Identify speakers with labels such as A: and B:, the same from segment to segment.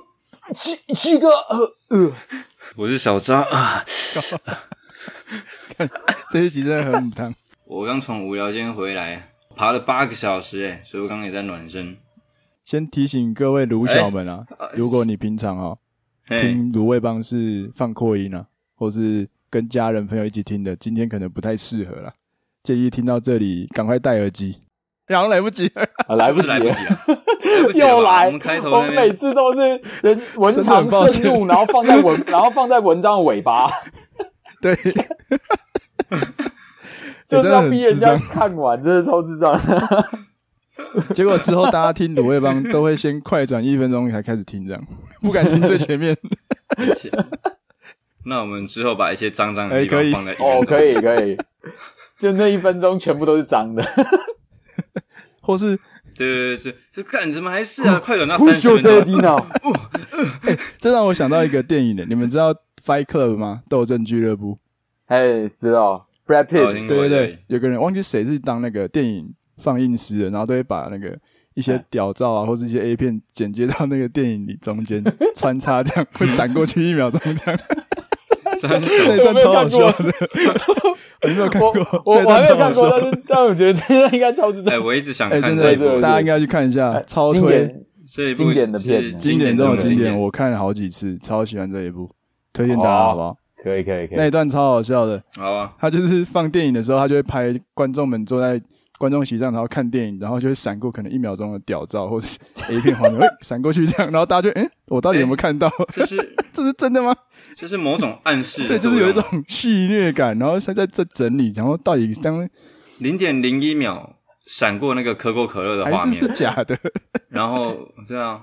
A: 七七哥，呃呃，
B: 我是小张啊，
C: 这一集真的很母汤。
B: 我刚从无聊间回来，爬了八个小时哎、所以我刚刚也在暖身。
C: 先提醒各位卤小们啊，
B: 哎
C: 如果你平常哦
B: 嘿，
C: 听卤味帮是放扩音啊，或是跟家人朋友一起听的，今天可能不太适合啦。建议听到这里赶快戴耳机，然后来不及了。
A: 啊来
B: 是
A: 不
B: 不
A: 及
B: 是来不
A: 了
B: 及。了，来不及了吧
A: 又来，
B: 我们开头
A: 我
B: 那
A: 们每
B: 边
A: 次都是人文
C: 真的很
A: 长
C: 抱歉
A: 慎入，然后放在文， 然后放在文章的尾巴，
C: 欸 对，
A: 就是要逼人家
C: 真的很智
A: 看完，真的超智 障。
C: 结果之后大家听卤味帮都会先快转一分钟才开始听，这样 不敢听最前面。
B: 而且那我们之后把一些脏脏的地
C: 哎可以
B: 方放在一边
A: 哦，可以可以，就那一分钟全部都是脏 的。
C: 或是
B: 对对对，就干怎么 还是啊？快点到三十分
A: daddy
B: 钟，啊
A: now？
C: 这让我想到一个电影的，你们知道《Fight Club》吗？斗争俱乐部。
A: 哎，知道 Brad
B: 哦
A: Pitt
B: 听过
C: 对对
B: 对
C: 对，嗯有个人忘记谁是当那个电影放映师的，然后都会把那个一些
A: 哎
C: 屌照啊，或是一些 A 片剪接到那个电影里中间 穿插，这样会闪过去一秒钟这 样。
B: 三十
C: 那一段超好笑的，我没有看过
A: 我，
C: 那
A: 我
C: 一
A: 我
C: 段
A: 还没有看
C: 超
A: 过，
C: 好
A: 但
C: 笑。
A: 是但我觉得这应该超智障
B: 哎，，我一直想
C: 哎，
B: 看
C: 真
B: 这一
A: 这个
C: 的，
B: 部，
C: 大家应该去 看一下，超
A: 经
C: 推，
A: 典
B: 这一部
A: 经典的片
B: 是
C: 哎经典
B: 中
C: 中
B: 的
C: 的经典，
B: 典。
C: 我看了好几次，超喜欢这一部，推荐大家
A: 哦
C: 好不好？
A: 可以可以可
C: 那
A: 以，
C: 一段超好笑的，
B: 好啊，
C: 他就是放电影的时候，他就会拍观众们坐在观众席上，然后看电影，然后就会闪过可能一秒钟的屌照或者 是 A 片画面，哎闪过去这样，然后大家就哎、诶我到底有没有看到？
B: 这是
C: 这是真的吗？
B: 这是某种暗 示，
C: 对，就是有一种戏虐感，然后现在在整理，然后到底当
B: 零点零一秒闪过那个可口可乐的
C: 还
B: 画
C: 是
B: 面，
C: 是假的？
B: 然后对啊，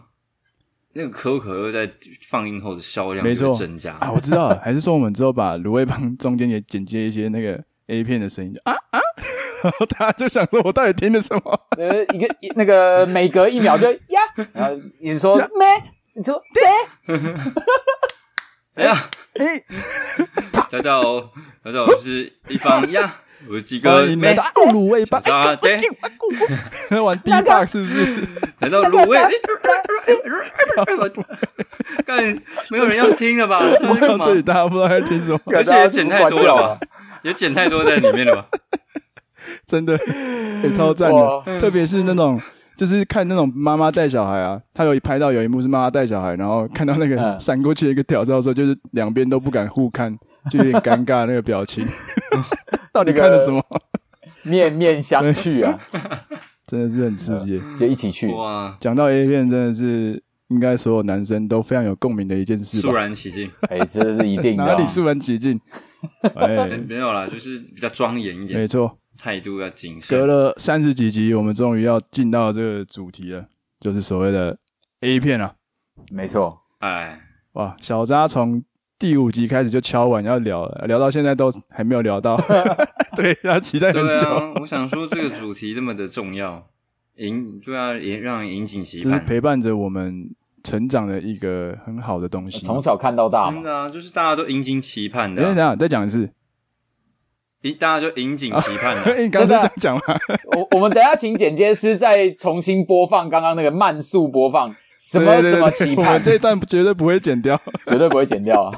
B: 那个可口可乐在放映后的销量
C: 没错
B: 就会增加，
C: 啊，我知道了，还是说我们之后把卤味帮中间也剪接一些那个 A 片的声音，就啊啊， 然后大家就想说我到底听了什么？
A: 呃，一个一那个每隔一秒就 呀，然后你说咩，你说对，
B: 哎呀，大家好，大家好，我是一方呀，我是鸡哥
C: 欢，迎来
B: 妹
C: 到，卤味帮，
B: 小张啊对，
C: 玩 D box 是不是？
B: 来到卤味，干，没有人要听了吧？这是干
C: 到
B: 嘛
C: 这？里大家不知道在听什么，
B: 而且也剪太多了吧？也剪太多在里面了吧？
C: 真的也、超赞
A: 哇
C: 的，特别是那种。就是看那种妈妈带小孩啊，他有拍到有一幕是妈妈带小孩，然后看到那个
A: 嗯
C: 闪过去的一个屌照的时候，就是两边都不敢互看，就有点尴尬那个表情。到底看了什么？
A: 面面相觑啊，
C: 真的是很刺激。
A: 就一起去。
B: 哇，
C: 讲到 A 片，真的是应该所有男生都非常有共鸣的一件事
B: 肃
C: 吧？
B: 然起敬，
A: 哎，这是一定的
C: 哪
A: 啊。
C: 里肃然起敬？
B: 哎
C: 哎，
B: 没有啦，就是比较庄严一点
C: 没，错，
B: 态度要谨慎
C: 隔。了三十几集，我们终于要进到这个主题了，就是所谓的 A 片啊。
A: 没错，
B: 哎，
C: 哇，小扎从第五集开始就敲碗要聊了，聊到现在都还没有聊 到，对，他期待很
B: 对
C: 久，
B: 啊，我想说这个主题这么的重要，引对啊，也让人引颈期
C: 就是
B: 盼。
C: 陪伴着我们成长的一个很好的东西。
A: 从小看到大
B: 真
A: 嘛。
B: 的啊，就是大家都引颈期盼
C: 哎，等一
B: 的啊，
C: 下再讲一次，
B: 一大家就引颈期盼
C: 哎
B: 的。
C: 你刚才
A: 真的啊
C: 这样讲嘛，
A: 我我们等一下请剪接师再重新播放刚刚那个慢速播放，什么
C: 对对
A: 什么
C: 对
A: 期
C: 我
A: 盼
C: 们，这一段绝对不会剪掉。
A: 绝对不会剪掉啊。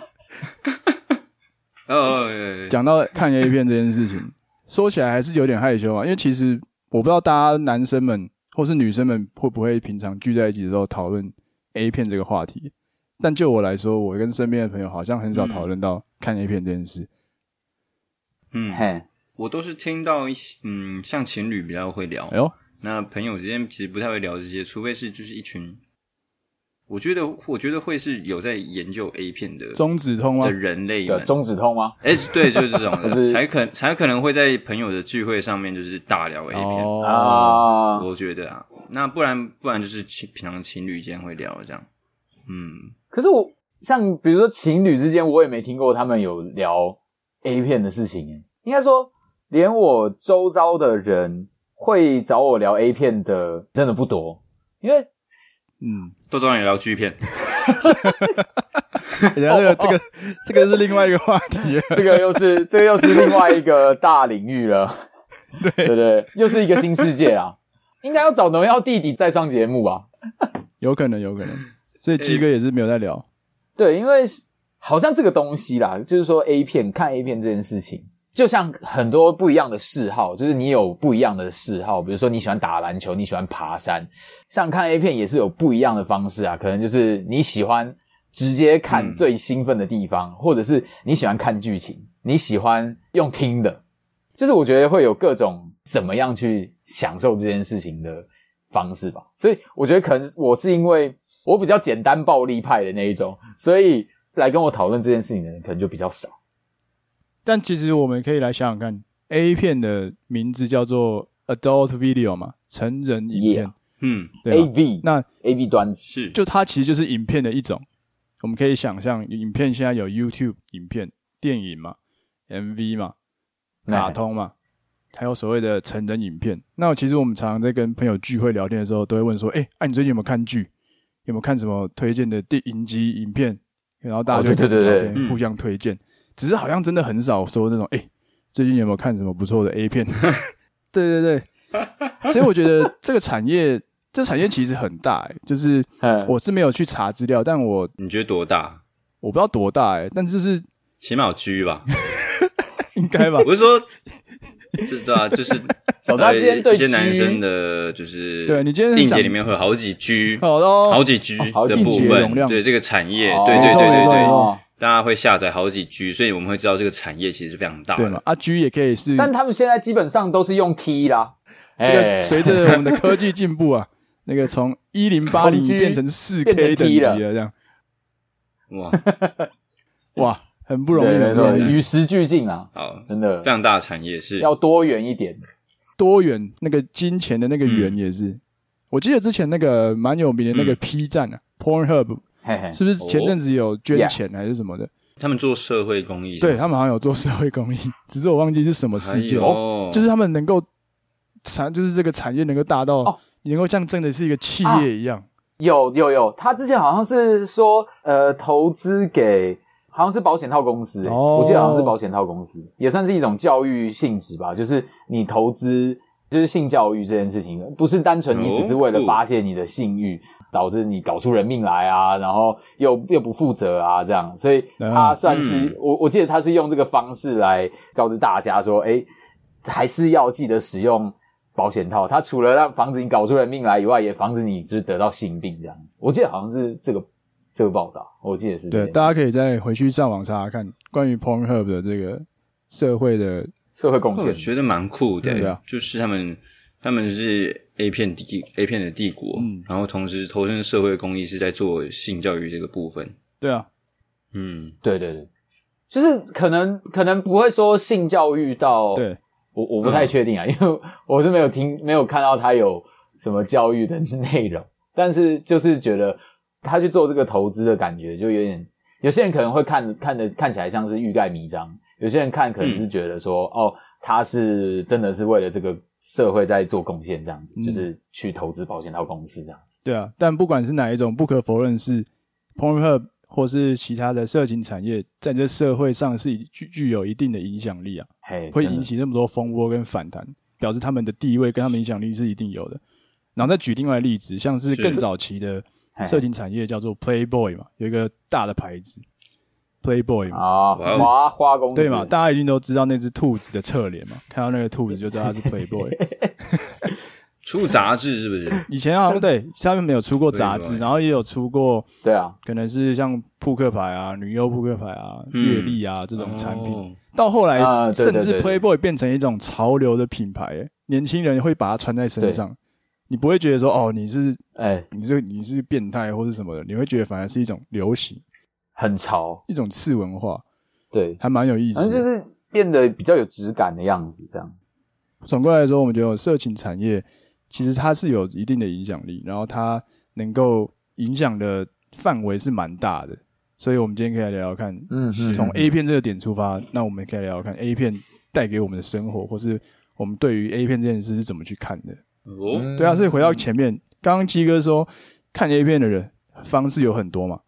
B: 哦哦，哎
C: 讲到看 A 片这件事 情，说起来还是有点害羞啊，因为其实我不知道大家男生们或是女生们会不会平常聚在一起的时候讨论 A 片这个话题。但就我来说，我跟身边的朋友好像很少讨论到看 A 片这件事。
B: 嗯，
A: 嘿，
B: 我都是听到一些，嗯，像情侣比较会聊
C: 哎，呦，
B: 那朋友之间其实不太会聊这些，除非是就是一群，我觉得我觉得会是有在研究 A 片的
C: 中啊指通吗
B: 的？人类
A: 有
B: 们，
A: 中指痛吗？
B: 哎，对，就是这 种
A: 不是
B: 的，才可才可能会在朋友的聚会上面就是大聊 A 片。
C: 哦，
A: 啊，
B: 我觉得啊，那不然不然就是情平常情侣间会聊这样，嗯，
A: 可是我像比如说情侣之间，我也没听过他们有聊 A 片的事情耶。应该说，连我周遭的人会找我聊 A 片的，真的不多。因为
C: 嗯，
B: 都找你聊 G 片，
C: 然后这 个这个是另外一个话题，啊
A: 这个又是这个又是另外一个大领域了，对对对，又是一个新世界啊！应该要找农药弟弟再上节目啊吧？
C: 有可能，有可能。所以鸡哥也是没有在聊，
A: 对，因为好像这个东西啦，就是说 A 片看 A 片这件事情，就像很多不一样的嗜好，就是你有不一样的嗜好，比如说你喜欢打篮球，你喜欢爬山，像看 A 片也是有不一样的方式啊，可能就是你喜欢直接看
B: 嗯
A: 最兴奋的地方，或者是你喜欢看剧情，你喜欢用听的，就是我觉得会有各种怎么样去享受这件事情的方式吧。所以我觉得可能我是因为我比较简单暴力派的那一种，所以来跟我讨论这件事情的人可能就比较少。
C: 但其实我们可以来想想看，A 片的名字叫做 Adult Video 嘛，成人影片
B: 嗯，
C: 对
A: A
C: 吧？
A: V
C: 那
A: A V 端子，
B: 是，
C: 就它其实就是影片的一种。我们可以想象，影片现在有 YouTube 影片、电影嘛、MV 嘛、
A: 哎
C: 卡通嘛，还有所谓的成人影片。那其实我们常常在跟朋友聚会聊天的时候，都会问说：“哎、啊，你最近有没有看剧？有没有看什么推荐的电影集、影片？”然后大家
A: 哦
C: 就开
A: 对对
C: 始聊
A: 对
C: 天
B: 对嗯
C: 互相推荐。只是好像真的很少说那种：“哎、最近有没有看什么不错的 A 片？” 对对对，所以我觉得这个产业，这产业其实很大、欸，就是
A: 嗯，
C: 我是没有去查资料，但我
B: 你觉得多大？
C: 我不知道多大哎、欸，但 就是
B: 起码有 G 吧？
C: 应该吧，
B: 我是说，就对 啊，就是
A: 小张今天对
B: 一些男
A: G
B: 生的，就是
C: 对你今天是
B: 硬
C: 讲
B: 碟里面会有好几 G，
C: 好的哦
B: 好几 G
A: 好
B: 的
A: 几 G
B: 部
C: 的
B: 分
C: 容，量
B: 对这个产业，
A: 哦
B: 对
C: 没
B: 对
C: 错
B: 对
C: 没
B: 对
C: 错
B: 对
C: 没错，
B: 大家会下载好几 G，所以我们会知道这个产业其实是非常 大
C: 对
B: 的
C: 嘛？。啊，G 也可以是，
A: 但他们现在基本上都是用 T 啦，
C: 这
A: 嗯哎
C: 个随着我们的科技进步啊， 那个从一零八零
A: 从 G
C: 变成四
A: 变
C: K
A: 成
C: 等级
A: T
C: 了，
A: 了
C: 这样
B: 哇，
C: 哇，很不容易，
A: 对对
C: 很不容
A: 对，
C: 易。
A: 与时俱进啊，
B: 好，
A: 真
B: 非
A: 的
B: 常大的产业是，
A: 要多元一点。
C: 多元那个金钱的那个元
B: 嗯
C: 也是，我记得之前那个蛮有名的那个
B: 嗯
C: P 站啊，Pornhub
A: 嘿嘿，
C: 是不是前阵子有捐
A: 哎哦 Yeah
C: 钱还是什么的？
B: 他们做社会公益，
C: 对他们好像有做社会公益，只是我忘记是什么
A: 哎
C: 事件，
B: 哦，
C: 就是他们能够产，就是这个产业能够大到
A: 哦
C: 能够像真的是一个企
A: 啊
C: 业一样。
A: 有有有，他之前好像是说，呃，投资给好像是保险套公司、欸
C: 哦
A: 我记得好像是保险套公司，也算是一种教育性质吧，就是你投资就是性教育这件事情，不是单纯你只是为了
B: 哦
A: 发泄你的性欲，导致你搞出人命来啊，然后又又不负责啊这样，所以他算是、
B: 嗯
A: 我我记得他是用这个方式来告知大家说，哎、还是要记得使用保险套。它除了让防止你搞出人命来以外，也防止你就是得到性病这样子。我记得好像是这个这个报道，我记得是这
C: 对，
A: 件
C: 大家
A: 事
C: 可以再回去上网查查看关于 Pornhub 的这个社会的
A: 社会贡
B: 我
A: 献。
B: 觉得蛮酷的、
C: 对啊
B: 就是他们他们是 A 片帝 A 片的帝国，
C: 嗯
B: 然后同时投身社会公益是在做性教育这个部分，
C: 对啊，
B: 嗯，
A: 对对对，就是可能可能不会说性教育到，
C: 对，
A: 我我不
C: 嗯
A: 太确定啊， 因为我是没有听没有看到他有什么教育的 内容，但是就是觉得他去做这个投资的感觉就有点，有些人可能会看看的看起来像是欲盖弥彰，有些人看可能
C: 嗯
A: 是觉得说、哦，他是真的是为了这个社会在做贡献这样子，
C: 嗯
A: 就是去投资保险套公司这样子。
C: 对啊。但不管是哪一种，不可否认是 Pornhub 或是其他的色情产业，在这社会上是具具有一定的影响力啊，
A: 嘿，
C: 会
A: 欸真的
C: 引起那么多风波跟反弹，表示他们的地位跟他们影响力是一定有的。然后再举另外的例子，像是
B: 是
C: 更早期的
A: 嘿
C: 色情产业叫做 Playboy 嘛，有一个大的牌子 Playboy 嘛，
A: 啊，
B: 哇哦
A: 花花公司
C: 对嘛？大家一定都知道那只兔子的侧脸嘛，看到那个兔子就知道它是 Playboy。
B: 出杂志是不是？
C: 以前好像对下面没有出过杂志，
B: Playboy
C: 然后也有出过
A: 对啊，
C: 可能是像扑克牌啊、女优扑克牌啊、
B: 嗯
C: 阅历啊 这种产品。
B: 哦
C: 到后来，
A: 啊对
C: 甚
A: 对
C: 至
A: 对对
C: Playboy 变成一种潮流的品牌、欸年轻人会把它穿在身上，你不会觉得说哦你是
A: 哎，
C: 你是你是变态或是什么的，你会觉得反而是一种流行、
A: 很潮，
C: 一种次文化，
A: 对，
C: 还蛮有意
A: 反
C: 思
A: 正
C: 的。
A: 就是变得比较有质感的样子这样。
C: 总归来说，我们觉得色情产业其实它是有一定的影响力，然后它能够影响的范围是蛮大的，所以我们今天可以来聊聊看，
A: 嗯是
C: 从 A 片这个点出发，那我们可以来聊聊看 A 片带给我们的生活，或是我们对于 A 片这件事是怎么去看的。
B: 哦，
C: 对啊，所以回
A: 嗯
C: 到前面，刚刚鸡哥说看 A 片的人方式有很多嘛，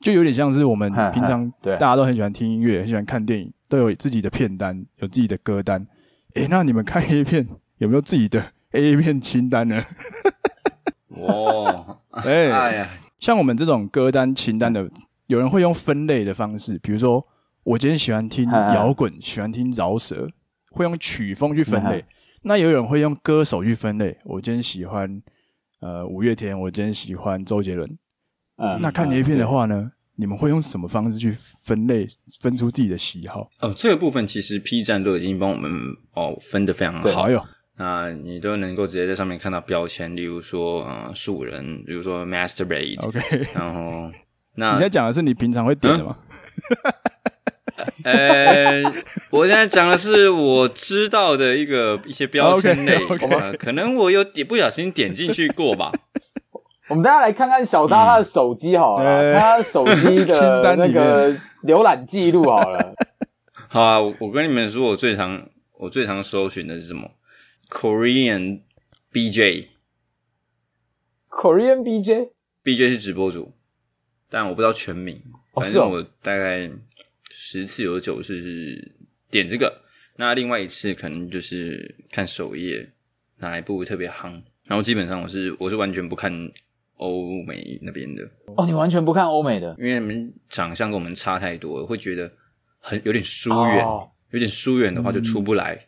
C: 就有点像是我们
A: 嗨嗨
C: 平常
A: 对
C: 大家都很喜欢听音乐，很喜欢看电影，都有自己的片单，有自己的歌单。诶，那你们看 A 片有没有自己的 A 片清单 呢？
B: 哦，
C: 哎、
B: 哎呀，
C: 像我们这种歌单清单
B: 嗯
C: 的，有人会用分类的方式，比如说我今天喜欢听
B: 嗯
A: 嗨嗨
C: 摇滚，喜欢听饶舌，会用曲风去分
B: 嗯
A: 嗨
C: 类。那也有人会用歌手去分类，我今天喜欢呃五月天，我今天喜欢周杰伦。
A: 嗯
C: 那看 A 片的话
B: 嗯
C: 呢，你们会用什么方式去分类，分出自己的喜好？
B: 哦，这个部分其实 P 站都已经帮我们哦分的非常好
C: 好，哟，
B: 那你都能够直接在上面看到标签，例如说呃素人，比如说 masturbate，、
C: OK，
B: 然后
C: 你
B: 那
C: 现在讲的是你平常会点的吗？
B: 嗯呃，我现在讲的是我知道的一个一些标签类
C: OK，OK
B: 呃可能我有点不小心点进去过吧。
A: 我们大家来看看小扎他的手机好了
C: 嗯
A: 啦，看他的手机
C: 清
A: 的
C: 单里
A: 那
C: 面
A: 个浏览记录好了。
B: 好啊，我我跟你们说，我最常我最常搜寻的是什么？Korean BJ，BJ
A: Korean BJ
B: 是直播主，但我不知道全名，
A: 哦
B: 反
A: 是哦
B: 正我大概十次有九次是点这个，那另外一次可能就是看首页哪一部特别夯，然后基本上我是我是完全不看欧美那边的。
A: 哦，你完全不看欧美的
B: 因为你们长相跟我们差太多了，会觉得很有点疏远，
A: 哦
B: 有点疏远的话就出不来、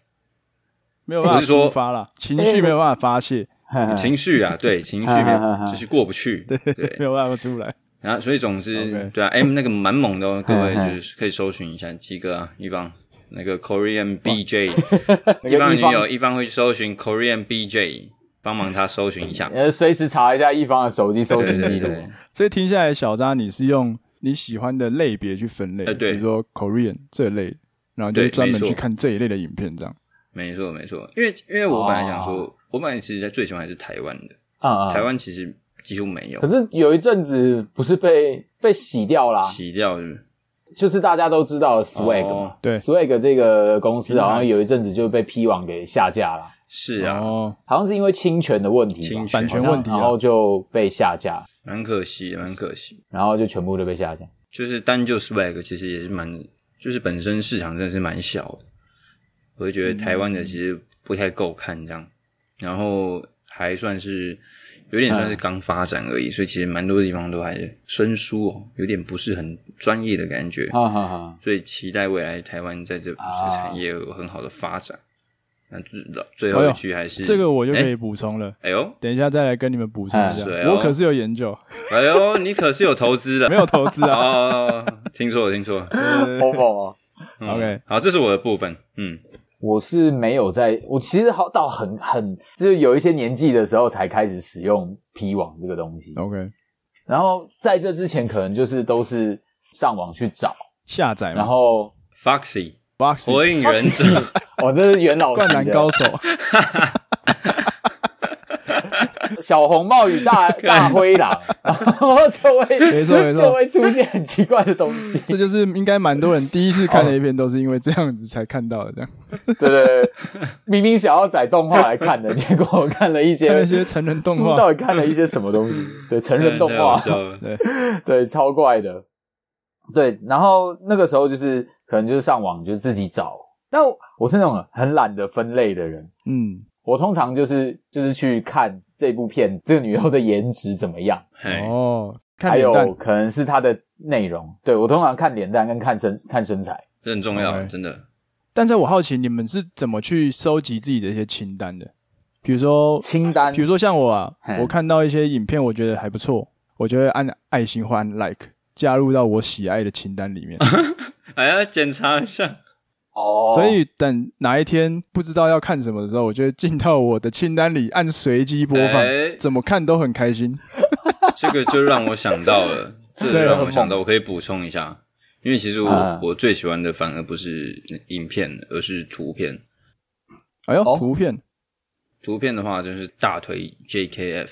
C: 没有办法
B: 我是说哎
C: 抒发啦，情绪没有办法发泄，
B: 情绪啊，对情
A: 嗯
B: 绪
A: 哈哈哈哈
B: 就是过不去，
C: 没
B: 对，
C: 有办法出来。
B: 然后所以总之
C: OK
B: 对啊，M 那个蛮猛的哦，各
A: 嘿
B: 位
A: 嘿
B: 就是可以搜寻一下鸡哥啊，一方那个 Korean BJ，
A: 那
B: 一
A: 个
B: 方女
A: 一方，
B: 友一方会去搜寻 Korean BJ，帮忙他搜寻一下，
A: 呃，随时查一下一方的手机搜
B: 对
A: 寻
B: 对
A: 记录。
B: 对，
C: 所以听下来，小扎你是用你喜欢的类别去分类，
B: 呃对
C: 比如说 Korean 这类，然后就
B: 对
C: 专门
B: 没错
C: 去看这一类的影片，这样。
B: 没错没错，因为因为我本来想说，我本来其实在最喜欢还是台湾的，
A: 哦啊，
B: 台。湾其实几乎没有
A: 可是有一阵子不是被被洗掉啦，
B: 洗掉是不是
A: 就是大家都知道的 Swag 嘛、
B: 哦
C: 对，
A: Swag 这个公司好
C: 平
A: 像
C: 台
A: 有一阵子就被 P 网给下架了，
B: 是啊，
C: 哦，
A: 好像是因为侵权的问题吧，
B: 侵权
C: 版权问题
A: 然
C: 啊
A: 后，就被下架，
B: 蛮可惜的，蛮可惜。
A: 然后就全部都被下架。
B: 就是单就 swag 其实也是蛮，就是本身市场真的是蛮小的，我会觉得台
C: 嗯
B: 湾的其实不太够看这样，然后还算是有点
C: 嗯
B: 算是刚发展而已，所以其实蛮多地方都还生疏哦，有点不是很专业的感
C: 哦
B: 觉，
A: 哈哈 哈。
B: 所以期待未来台湾在这
A: 啊
B: 产业有很好的发展。那最最
C: 哎
B: 后
C: 呦
B: 一句还是
C: 这个我就可以
B: 哎
C: 补充了。
B: 哎呦
C: 等一下再来跟你们补充一下
B: 嗯是，哦
C: 我可是有研究，
B: 哎呦，你可是有投资的，
C: 没有投资啊。
B: 哦，听错了，听错了。
C: 对
A: 好猛哦！
B: 嗯
C: OK
B: 好，这是我的部分。嗯，
A: 我是没有在，我其实好到很很，就是有一些年纪的时候才开始使用 P 网这个东西，
C: OK，
A: 然后在这之前可能就是都是上网去找，
C: 下载嘛，
A: 然后
B: Foxy
C: Box
B: 火影忍 者，
A: 我、哦、这是元老级
C: 灌篮
A: 的
C: 高手，
A: 小红帽与 大大灰狼，然后就会
C: 没错没错
A: 就会出现很奇怪的东西。
C: 这就是应该蛮多人第一次看的一片，都是因为这样子才看到的，这
A: 哦
C: 样
A: 对对对，明明想要载动画来看的，结果我看了一些
C: 看那些成人动
A: 不知
C: 画
A: 道，底看了一些什么东西。对，成人动
B: 太好
A: 画，
B: 笑了
A: 对，超怪的。对，然后那个时候就是可能就是上网就自己找，但我是那种很懒得分类的人，
C: 嗯，
A: 我通常就是就是去看这部片这个女优的颜值怎么样。
B: 嘿，
C: 哦，看
A: 还
C: 脸
A: 有
C: 蛋，
A: 可能是它的内容。对我通常看脸蛋跟看身看身材，
B: 这很重要，
C: OK
B: 真的。
C: 但是我好奇你们是怎么去收集自己的一些清单的？比如说，
A: 清单
C: 比如说像我啊
A: 嘿，
C: 我看到一些影片，我觉得还不错，我就会按爱心或按 like 加入到我喜爱的清单 里面。
B: 哎呀，检查一下。
A: 哦
C: 所以等哪一天不知道要看什么的时候，我就会进到我的清单里，按随机播放
B: 哎，
C: 怎么看都很开心。
B: 这个就让我想到了，这个
C: 对
B: 让我想到，我可以补充一下，因为其实我、
A: 啊
B: 我最喜欢的反而不是影片，而是图片。
C: 哎呦
A: 哦，
C: 图片
B: 图片的话就是大腿 JKF，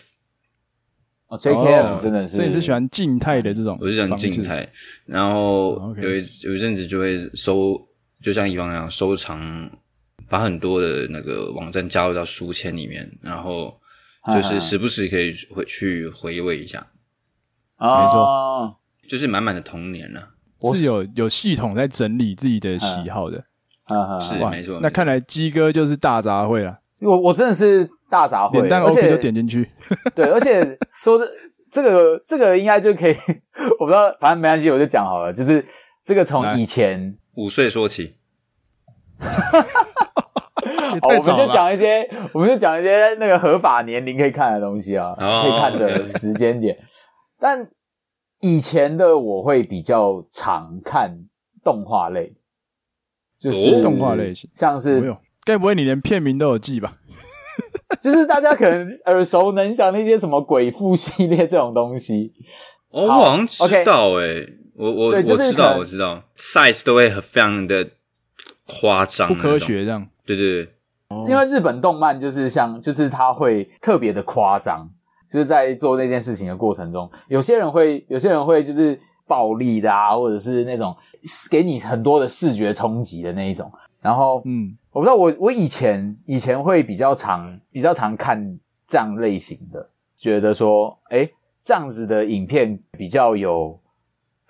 A: 哦，JKF
C: 哦
A: 真的是，
C: 所以你是喜欢静态的这种，
B: 我是讲静。态，然后
C: OK
B: 有一有一阵子就会收，就像以往那样收藏，把很多的那个网站加入到书签里面，然后就
A: 嗯嗯
B: 是时不时可以回去回味一下，
C: 没错
A: 哦
B: 就是满满的童年啊了、
A: 我
C: 是有有系统在整理自己的喜好的，
A: 嗯嗯
B: 是
A: 嗯
B: 哎对
C: 哇
B: 没错没
C: 那
B: 错
C: 看来鸡哥就是大杂烩啊了，
A: 我我真的是大杂烩，
C: 脸蛋
A: 啊而
C: OK
A: 且
C: 就点进 去。
A: 对，而且说这这个这个应该就可以，我不知道，反正没关系，我就讲好了。就是这个从
C: 来
A: 以前，
B: 五岁说起，
C: 也
A: 哦，
C: 太早
A: 我们就
C: 了吧。
A: 讲一些，我们就讲一些那个合法年龄可以看的东西啊，
B: 哦
A: 可以看的
B: OK
A: 时间点。但以前的我会比较常看动画类，就是
B: 哦
C: 动画类型
A: 像
C: 哎
A: 是
C: 呦该不会你连片名都有记吧？
A: 就是大家可能耳熟能详的一些什么鬼父系列这种东西，
B: 哦，我
A: 好
B: 好像知道哎、我我
A: 对就
B: 我
A: 是
B: 知
A: 可能
B: 道我知道，size 都会很非常的夸张，
C: 不
A: 嗯
C: 科，学这样。
B: 对对对，
A: 因为日本动漫就是像，就是他会特别的夸张，就是在做那件事情的过程中，有些人会，有些人会就是暴力的啊，或者是那种给你很多的视觉冲击的那一种。然后
C: 嗯，
A: 我不知道，我我以前以前会比较常比较常看这样类型的，觉得说，哎，这样子的影片比较有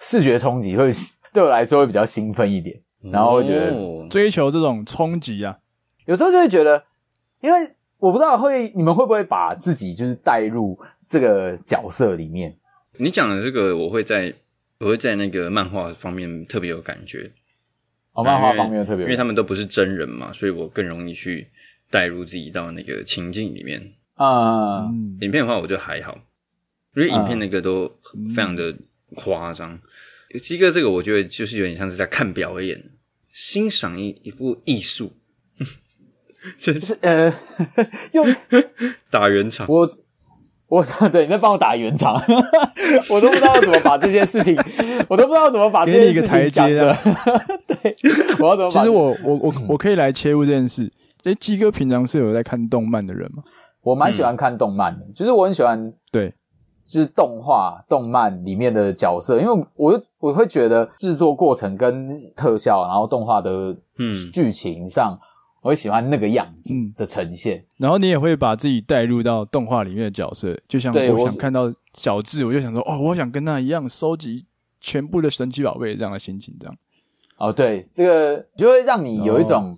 A: 视觉冲击，会 对我来说会比较兴奋一点。然后我觉得
B: 哦
C: 追求这种冲击啊，
A: 有时候就会觉得，因为我不知道会你们会不会把自己就是带入这个角色里面，
B: 你讲的这个，我会在我会在那个漫画方面特别有感觉，
A: 哦，
B: 啊
A: 漫画
B: 因为
A: 方面特别有，
B: 因为他们都不是真人嘛，所以我更容易去带入自己到那个情境里面。
A: 嗯
C: 嗯，
B: 影片的话，我就还好，因为影片那个都
C: 嗯
B: 非常的夸张。鸡哥这个，我觉得就是有点像是在看表演，欣赏一一部艺术，这
A: 就是呃，用
B: 打圆场。
A: 我我 对你在帮我打圆场， 我都不知道怎么把这件事情，我都不知道怎么把这
C: 给你
A: 件
C: 一个
A: 事
C: 台
A: 情讲
C: 阶
A: 的
C: 啊，
A: 对，我要怎么把？
C: 其实我我我
A: 嗯
C: 我可以来切入这件事。诶，鸡哥平常是有在看动漫的人吗？
A: 我蛮喜欢看动漫的，就是我很喜欢
C: 嗯对，
A: 就是动画、动漫里面的角色，因为我我会觉得制作过程跟特效，然后动画的
B: 嗯
A: 剧情上，我会喜欢那个样子
C: 嗯
A: 的呈现。
C: 然后你也会把自己带入到动画里面的角色，就像
A: 对
C: 我
A: 我
C: 想看到小智，我就想说，哦，我想跟他一样收集全部的神奇宝贝这样的心情，这样。
A: 哦，对，这个就会让你有一种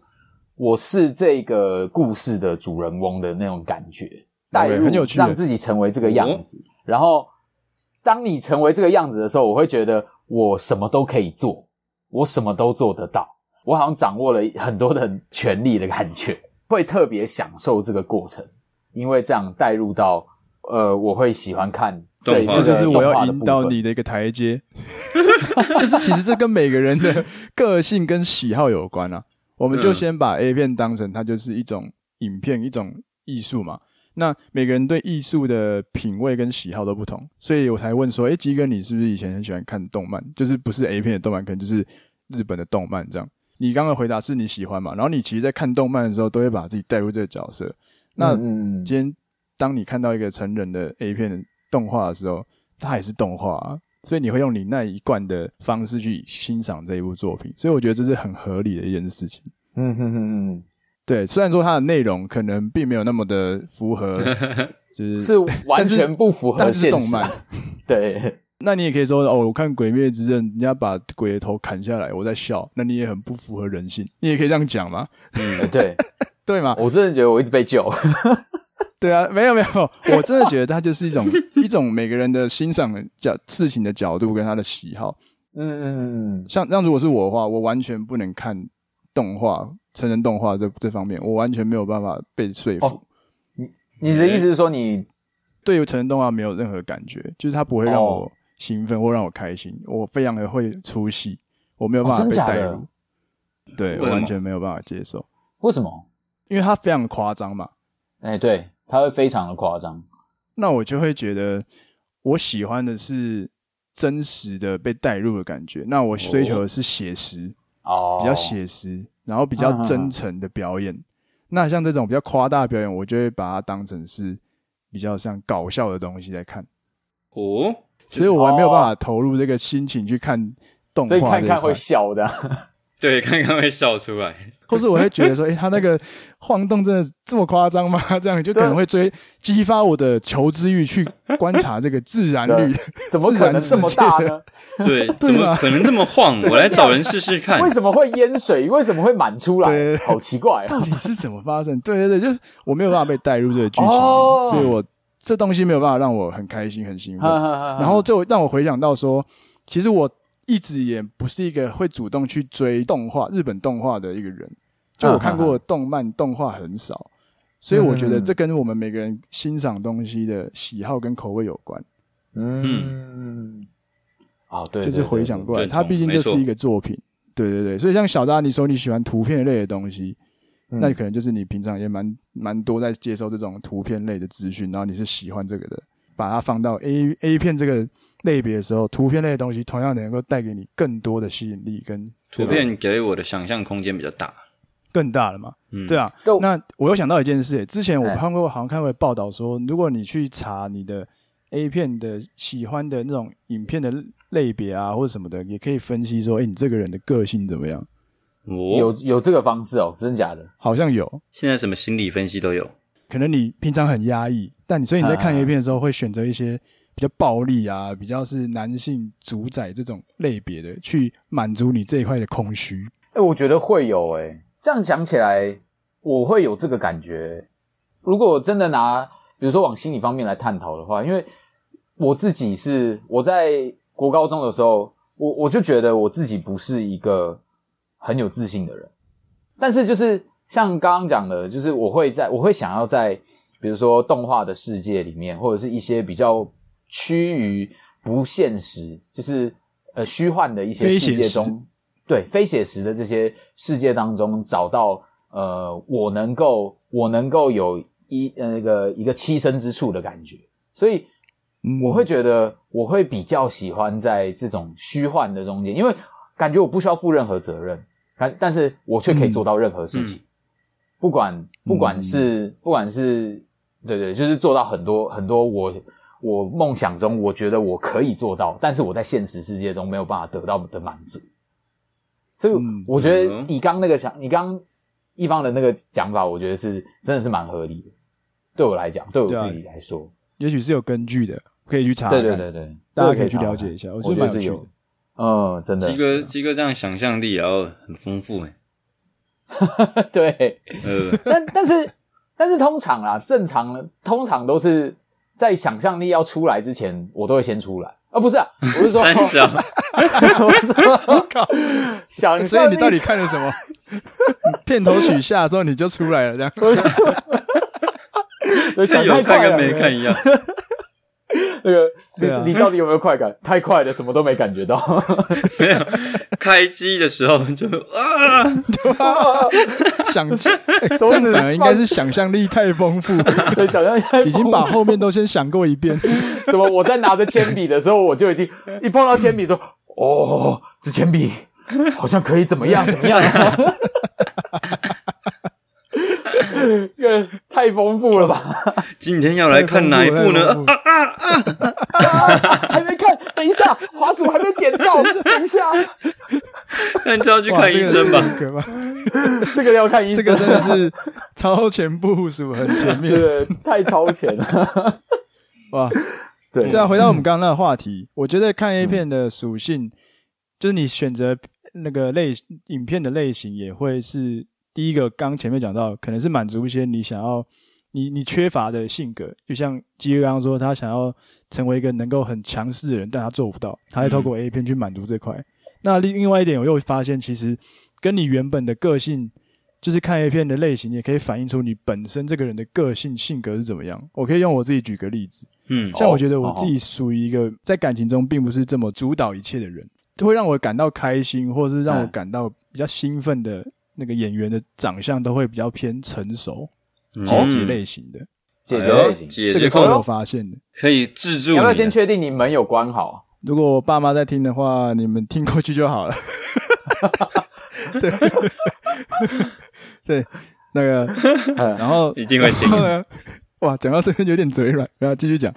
A: 我是这个故事的主人翁的那种感觉，带入，
C: 很有趣
A: 让自己成为这个样子。然后，当你成为这个样子的时候，我会觉得我什么都可以做，我什么都做得到，我好像掌握了很多的权利的感觉，会特别享受这个过程，因为这样带入到呃，我会喜欢看对
B: 动画
C: 这
A: 这
C: 就
A: 个
C: 是我
A: 动画
C: 要
A: 的
C: 引
A: 部
C: 导
A: 分。
C: 你的一个台阶。 就是其实这跟每个人的个性跟喜好有关啊。我们就
B: 嗯
C: 先把 A 片当成它就是一种影片，一种艺术嘛。那每个人对艺术的品味跟喜好都不同，所以我才问说，诶，鸡哥，你是不是以前很喜欢看动漫？就是不是 A 片的动漫，可能就是日本的动漫这样。你刚刚回答是你喜欢嘛？然后你其实，在看动漫的时候，都会把自己带入这个角色。那
A: 嗯嗯嗯
C: 今天当你看到一个成人的 A 片动画的时候，它也是动画、啊，所以你会用你那一贯的方式去欣赏这一部作品，所以我觉得这是很合理的一件事情。
A: 嗯哼哼哼。
C: 对，虽然说它的内容可能并没有那么的符 合，就是
A: 是完
C: 但是
A: 全不符合
C: 但是
A: 现实。
C: 动漫，
A: 对，
C: 那你也可以说哦，我看《鬼灭之刃》，人家把鬼的头砍下来，我在笑，那你也很不符合人性，你也可以这样讲嘛，
A: 呃对
C: 对吗？
A: 我真的觉得我一直被救。
C: 对啊，没有没有，我真的觉得它就是一种 一种每个人的欣赏的角事情的角度跟他的喜好。
A: 嗯嗯嗯
C: 像像如果是我的话，我完全不能看动画、成人动画这这方面，我完全没有办法被说服。
A: 哦你的意思是说你
C: 对于成人动画没有任何感觉，就是它不会让
A: 哦
C: 我兴奋或让我开心，我非常的会出戏，我没有办
A: 哦
C: 法
A: 真
C: 被
A: 假
C: 带
A: 的
C: 入，对我
B: 为什
C: 完
B: 么
C: 全没有办法接受，
A: 为什么？
C: 因为它非常夸张嘛。
A: 哎，对，他会非常的夸张。
C: 那我就会觉得我喜欢的是真实的被带入的感觉，那我追求的是写实，
A: 哦，
C: 比较写实，然后比较真诚的表演。那像这种比较夸大的表演，我就会把它当成是比较像搞笑的东西在看。
B: 哦，
C: 所以我还没有办法投入这个心情去看动
A: 哦所以
C: 画
A: 看
C: 这一
A: 看
C: 块
A: 会，笑的啊、
B: 对，刚刚会笑出来，
C: 或是我会觉得说，诶，他那个晃动真的这么夸张吗？这样就可能会追激发我的求知欲去观察这个自然 律。
A: 怎么可能这么 大
C: 自然世
A: 呢？
B: 对，
C: 对
B: 怎么
C: 吧
B: 可能这么晃？我来找人试试看
A: 啊为。什么会淹水？为什么会满出来？
C: 对
A: 好奇怪、
C: 到
A: 啊！
C: 底是怎么发生？ 对对对，就是我没有办法被带入这个剧情里面，
A: 哦
C: 所以我这东西没有办法让我很开心、很兴奋。 然
A: 然
C: 后就让我回想到说，其实我一直也不是一个会主动去追动画、日本动画的一个人。就我看过的动漫、动画很少，所以我觉得这跟我们每个人欣赏东西的喜好跟口味有关。
A: 嗯，哦，对，
C: 就是
A: 对
C: 回想过来，
B: 对
C: 它毕竟就
B: 没
C: 是
B: 错
C: 一个作品。对对对，所以像小扎，你说你喜欢图片类的东西，
A: 嗯
C: 那可能就是你平常也蛮蛮多在接收这种图片类的资讯，然后你是喜欢这个的，把它放到 A A 片这个类别的时候，图片类的东西同样能够带给你更多的吸引力跟
B: 图片给我的想象空间比较大。
C: 更大了嘛。
B: 嗯，
C: 对，啊
A: 都，
C: 那我又想到一件事，欸之前
A: 哎
C: 我看过，好像看过报道说，如果你去查你的 A 片的喜欢的那种影片的类别啊，或者什么的，也可以分析说，哎、你这个人的个性怎么样？
A: 对有
B: 我
A: 有这个方式哦，真假的？
C: 好像有，
B: 哦现在什么心理分析都有。
C: 可能你平常很压抑，但你所以你在看
A: 啊
C: A 片的时候会选择一些比较暴力啊，比较是男性主宰这种类别的，去满足你这一块的空虚。
A: 哎、我觉得会有哎、这样讲起来，我会有这个感觉、如果真的拿，比如说往心理方面来探讨的话，因为我自己是我在国高中的时候，我我就觉得我自己不是一个很有自信的人，但是就是像刚刚讲的，就是我会在我会想要在比如说动画的世界里面，或者是一些比较趋于不现实，就是呃虚幻的一些
C: 非
A: 世
C: 写
A: 界
C: 实
A: 中，对非写实的这些世界当中找到呃，我能够我能够有一呃那个一个栖身之处的感觉，所以
C: 嗯
A: 我会觉得我会比较喜欢在这种虚幻的中间，因为感觉我不需要负任何责任，但但是我却可以做到任何事情，不管嗯不管是、不管是对对，就是做到很多很多我我梦想中我觉得我可以做到，但是我在现实世界中没有办法得到的满足。所以
C: 嗯
A: 我觉得
B: 嗯
A: 你刚那个想，你刚一方的那个讲法，我觉得是真的是蛮合理的。对我来讲，对我
C: 对啊
A: 自己来说，
C: 也许是有根据的，可以去查。
A: 对对对，对，
C: 大家
A: 这个
C: 可以去
A: 查
C: 了
A: 查
C: 解一下我
A: 我
C: 觉得
A: 觉得
C: 蛮有
A: 是
C: 趣
A: 有
C: 的，
A: 嗯，真 的
B: 鸡，哥，鸡哥这样想象力也要很丰富哎。
A: 对。
B: 呃，
A: 但但是但是通常啦，正常的通常都是在想象力要出来之前，我都会先出来。啊，不是啊，我是说，
B: 三
A: 我
B: 小，
A: 是 说，
C: 啊
A: 想象力，
C: 所以你到底看了什 么？片头曲下的时候你就出来了，这样。
A: 我就出来，对
B: 这
A: 想
B: 有
A: 太
B: 看
A: 快
B: 跟
A: 了，
B: 没看一样。
A: 那个，
C: 对啊
A: 你你到底有没有快感？太快了，什么都没感觉到。
B: 没有，开机的时候就啊，
C: 想，欸
A: 手指
C: 正反而应该是想象力太丰富，
A: 对，想象力太
C: 已经把后面都先想过一遍。
A: 什么？我在拿着铅笔的时候，我就已经一碰到铅笔说：“哦，这铅笔好像可以怎么样怎么样、 啊。”这太丰富了吧！
B: 今天 要来看哪一部
C: 太
B: 呢
C: 丰？富了
A: 啊还没看，等一下，滑鼠还没点到，等一下，
B: 啊那就要去看医生
C: 哇
B: 吧。
C: 这个真的很可怕
A: 这个要看医
C: 这
A: 生，
C: 个真的是超前部署，很前面。
A: 对太超前了。
C: 哇，
A: 对
C: 对啊，回到我们刚刚那个话题，我觉得看 A 片的属性，就是你选择那个类影片的类型，也会是第一个。刚前面讲到，可能是满足一些你想要、你你缺乏的性格，就像基哥刚刚说，他想要成为一个能够很强势的人，但他做不到，他会透过 A 片去满足这块。那另另外一点，我又发现，其实跟你原本的个性。就是看 A 片的类型，也可以反映出你本身这个人的个性性格是怎么样。我可以用我自己举个例子，
B: 嗯，
C: 像我觉得我自己属于一个在感情中并不是这么主导一切的人，会让我感到开心，或是
B: 哎
C: 让我
A: 嗯
C: 感到比较兴奋的那个演员的长相都会比较偏成熟、
B: 嗯
C: 姐姐类型的，
A: 解
B: 哎
A: 决
B: 呦
A: 类型，
B: 解
C: 这
B: 决
C: 个是
B: 控
C: 我发现的。
B: 可以制
A: 你
B: 住你
A: 要不要
B: 的。
A: 先确定你门有关好？
C: 如果我爸妈在听的话，你们听过去就好了。 对， 对，那 个，然后，
B: 一定会听
C: 然。后呢？哇，讲到这边有点嘴软，然后继续讲。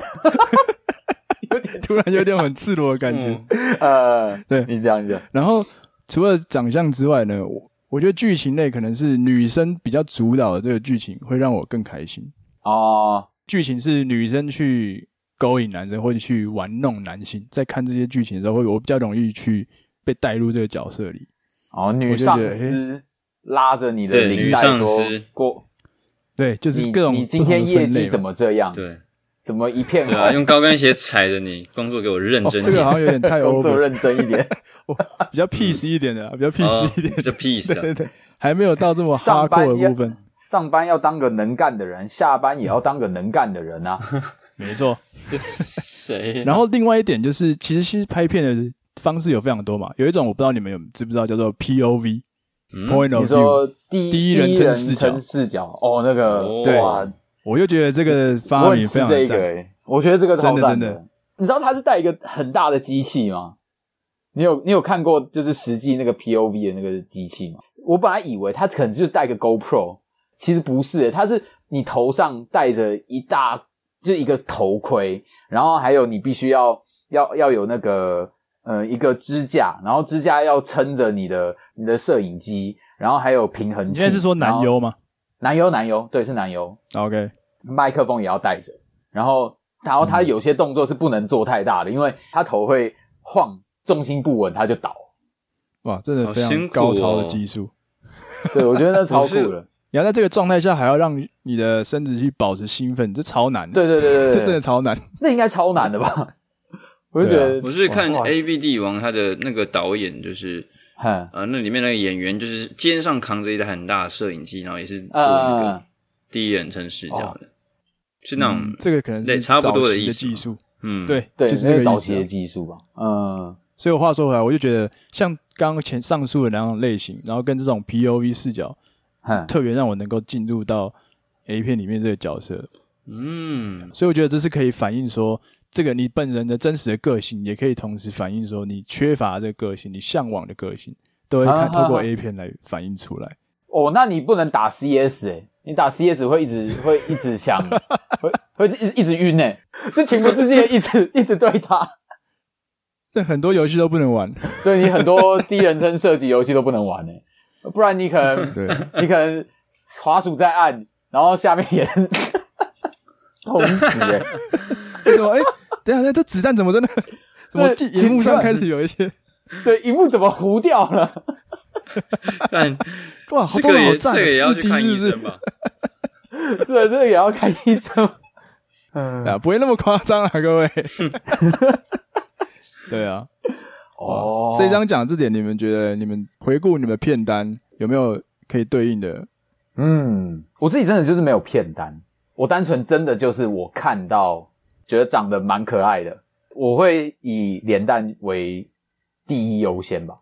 A: 有 点
C: 突然有点很赤裸的感觉。
B: 嗯
A: 呃，
C: 对
A: 你讲你讲，
C: 然后除了长相之外呢，我我觉得剧情类可能是女生比较主导的这个剧情会让我更开心。
A: 哦，
C: 剧情是女生去勾引男生或者去玩弄男性，在看这些剧情的时候，会我比较容易去被带入这个角色里。
A: 哦，
C: 我
A: 女
C: 就觉
A: 上
C: 得
A: 司拉着你的
B: 对
A: 领
B: 女
A: 带
B: 上
A: 说
B: 司
A: 过，
C: 对，就是
A: 你
C: 各种
A: 你今天
C: 不同的
A: 业
C: 分类
A: 绩
C: 嘛
A: 怎么这样？
B: 对
A: 怎么一片
B: 对啊，
A: 红？
B: 用高跟鞋踩着你，工作给我认
C: 哦，
B: 真一
C: 这个
B: 点，
C: 好像有点太
A: 工作哦
C: over，
A: 认真一 点，
C: 比较 peace 一点的啊，比 较 peace 一点，
B: 这 peace
C: 对
B: 啊，
C: 对，还没有到这么哈
A: 上班
C: 扣的
A: 要
C: 部分。
A: 上班要当个能干的人，下班也要当个能干的人 啊！
C: 没错。
B: 谁？
C: 然后另外一点就是，其实其实拍片的方式有非常多嘛，有一种我不知道你们有知不知道，叫做 POV、
B: 嗯
C: point
A: 你
C: of
A: 说
C: view。
A: 第
C: 第一
A: 一
C: 人称
A: 称
C: 视角
A: 视角哦，那个
C: 对
A: 哇，
C: 我就觉得这个发
A: 我很
C: 明非
A: 吃
C: 常
A: 这
C: 的
A: 个
C: 赞。
A: 欸，我觉得这个超赞
C: 真的真的
A: 你知道它是带一个很大的机器吗？你有你有看过就是实际那个 POV 的那个机器吗？我本来以为它可能就是带个 GoPro，其实不是欸、它是你头上戴着一大就是一个头盔，然后还有你必须要要要有那个呃一个支架，然后支架要撑着你的你的摄影机，然后还有平衡
C: 你
A: 器。
C: 现在是说男
A: 然后？
C: 优吗啊
A: 男优男优，对，是男优。
C: ？OK，
A: 麦克风也要带着，然后然后他有些动作是不能做太大的，因为他头会晃，重心不稳他就倒。
C: 哇，真的
B: 好
C: 非常
B: 辛苦
C: 高超的
B: 哦
C: 技术。
A: 对，我觉得那超酷
B: 我
A: 的。
C: 你要在这个状态下还要让你的生殖器保持兴奋，这超难。
A: 对，对对
C: 这
A: 对
C: 真的啊
A: 对，
C: 超难。
A: 那应该超难的吧？我就觉得
B: 我是看
A: 哇
B: A V 帝王他的那个导演，就是
A: 哼
B: 呃，那里面那个演员就是肩上扛着一台很大的摄影机，然后也是做
C: 啊
B: 那
A: 呃
B: 个，第一人称视角
C: 哦
B: 的，是那种
C: 嗯这个可能是
B: 对差不多
C: 早
B: 的
C: 期
B: 意
C: 的
B: 思嘛
C: 技术。
B: 嗯，
C: 对，
A: 对，
C: 就是
A: 那
C: 这
A: 是
C: 个
A: 早
C: 意
A: 期
C: 思
A: 的
C: 啊。
A: 技术吧。嗯，
C: 所以我话说回来，我就觉得像刚刚前上述的两种类型，然后跟这种 POV 视角，
A: 哼，
C: 特别让我能够进入到 A 片里面这个角色，
B: 嗯，
C: 所以我觉得这是可以反映说，这个你本人的真实的个性，也可以同时反映说你缺乏这个个性，你向往的个性，都会看
A: 啊
C: 透过 A 片来反映出来。
A: 哦，那你不能打 CS 哎、你打 CS 会一直会一 直想，会会一直一直晕哎、就情不自禁地一直一直对他。
C: 这很多游戏都不能玩，
A: 对你很多第一人称射击游戏都不能玩呢、不然你可能
C: 对，
A: 你可能滑鼠在按，然后下面也是 同时哎、
C: 为什么？哎、等一下，这子弹怎么真的？怎么
A: 对
C: 荧幕
A: 奇
C: 上
A: 怪
C: 开始有一些
A: 对，荧幕怎么糊掉了？
B: 但
C: 哇，好
B: 这
C: 真
B: 个
C: 的好
B: 也
C: 赞
B: 这
C: 啊！
B: 个也要
C: 四
B: 去
C: D
B: 看
C: 是
B: 医
C: 不是
B: 生？吧？
A: 这这个也要看医生。嗯，
C: 啊，不会那么夸张啊，各位。 对啊，
A: 哦，
C: 所以这样讲这点，你们觉得你们回顾你们的片单有没有可以对应的？
A: 嗯，我自己真的就是没有片单，我单纯真的就是我看到觉得长得蛮可爱的，我会以脸蛋为第一优先吧，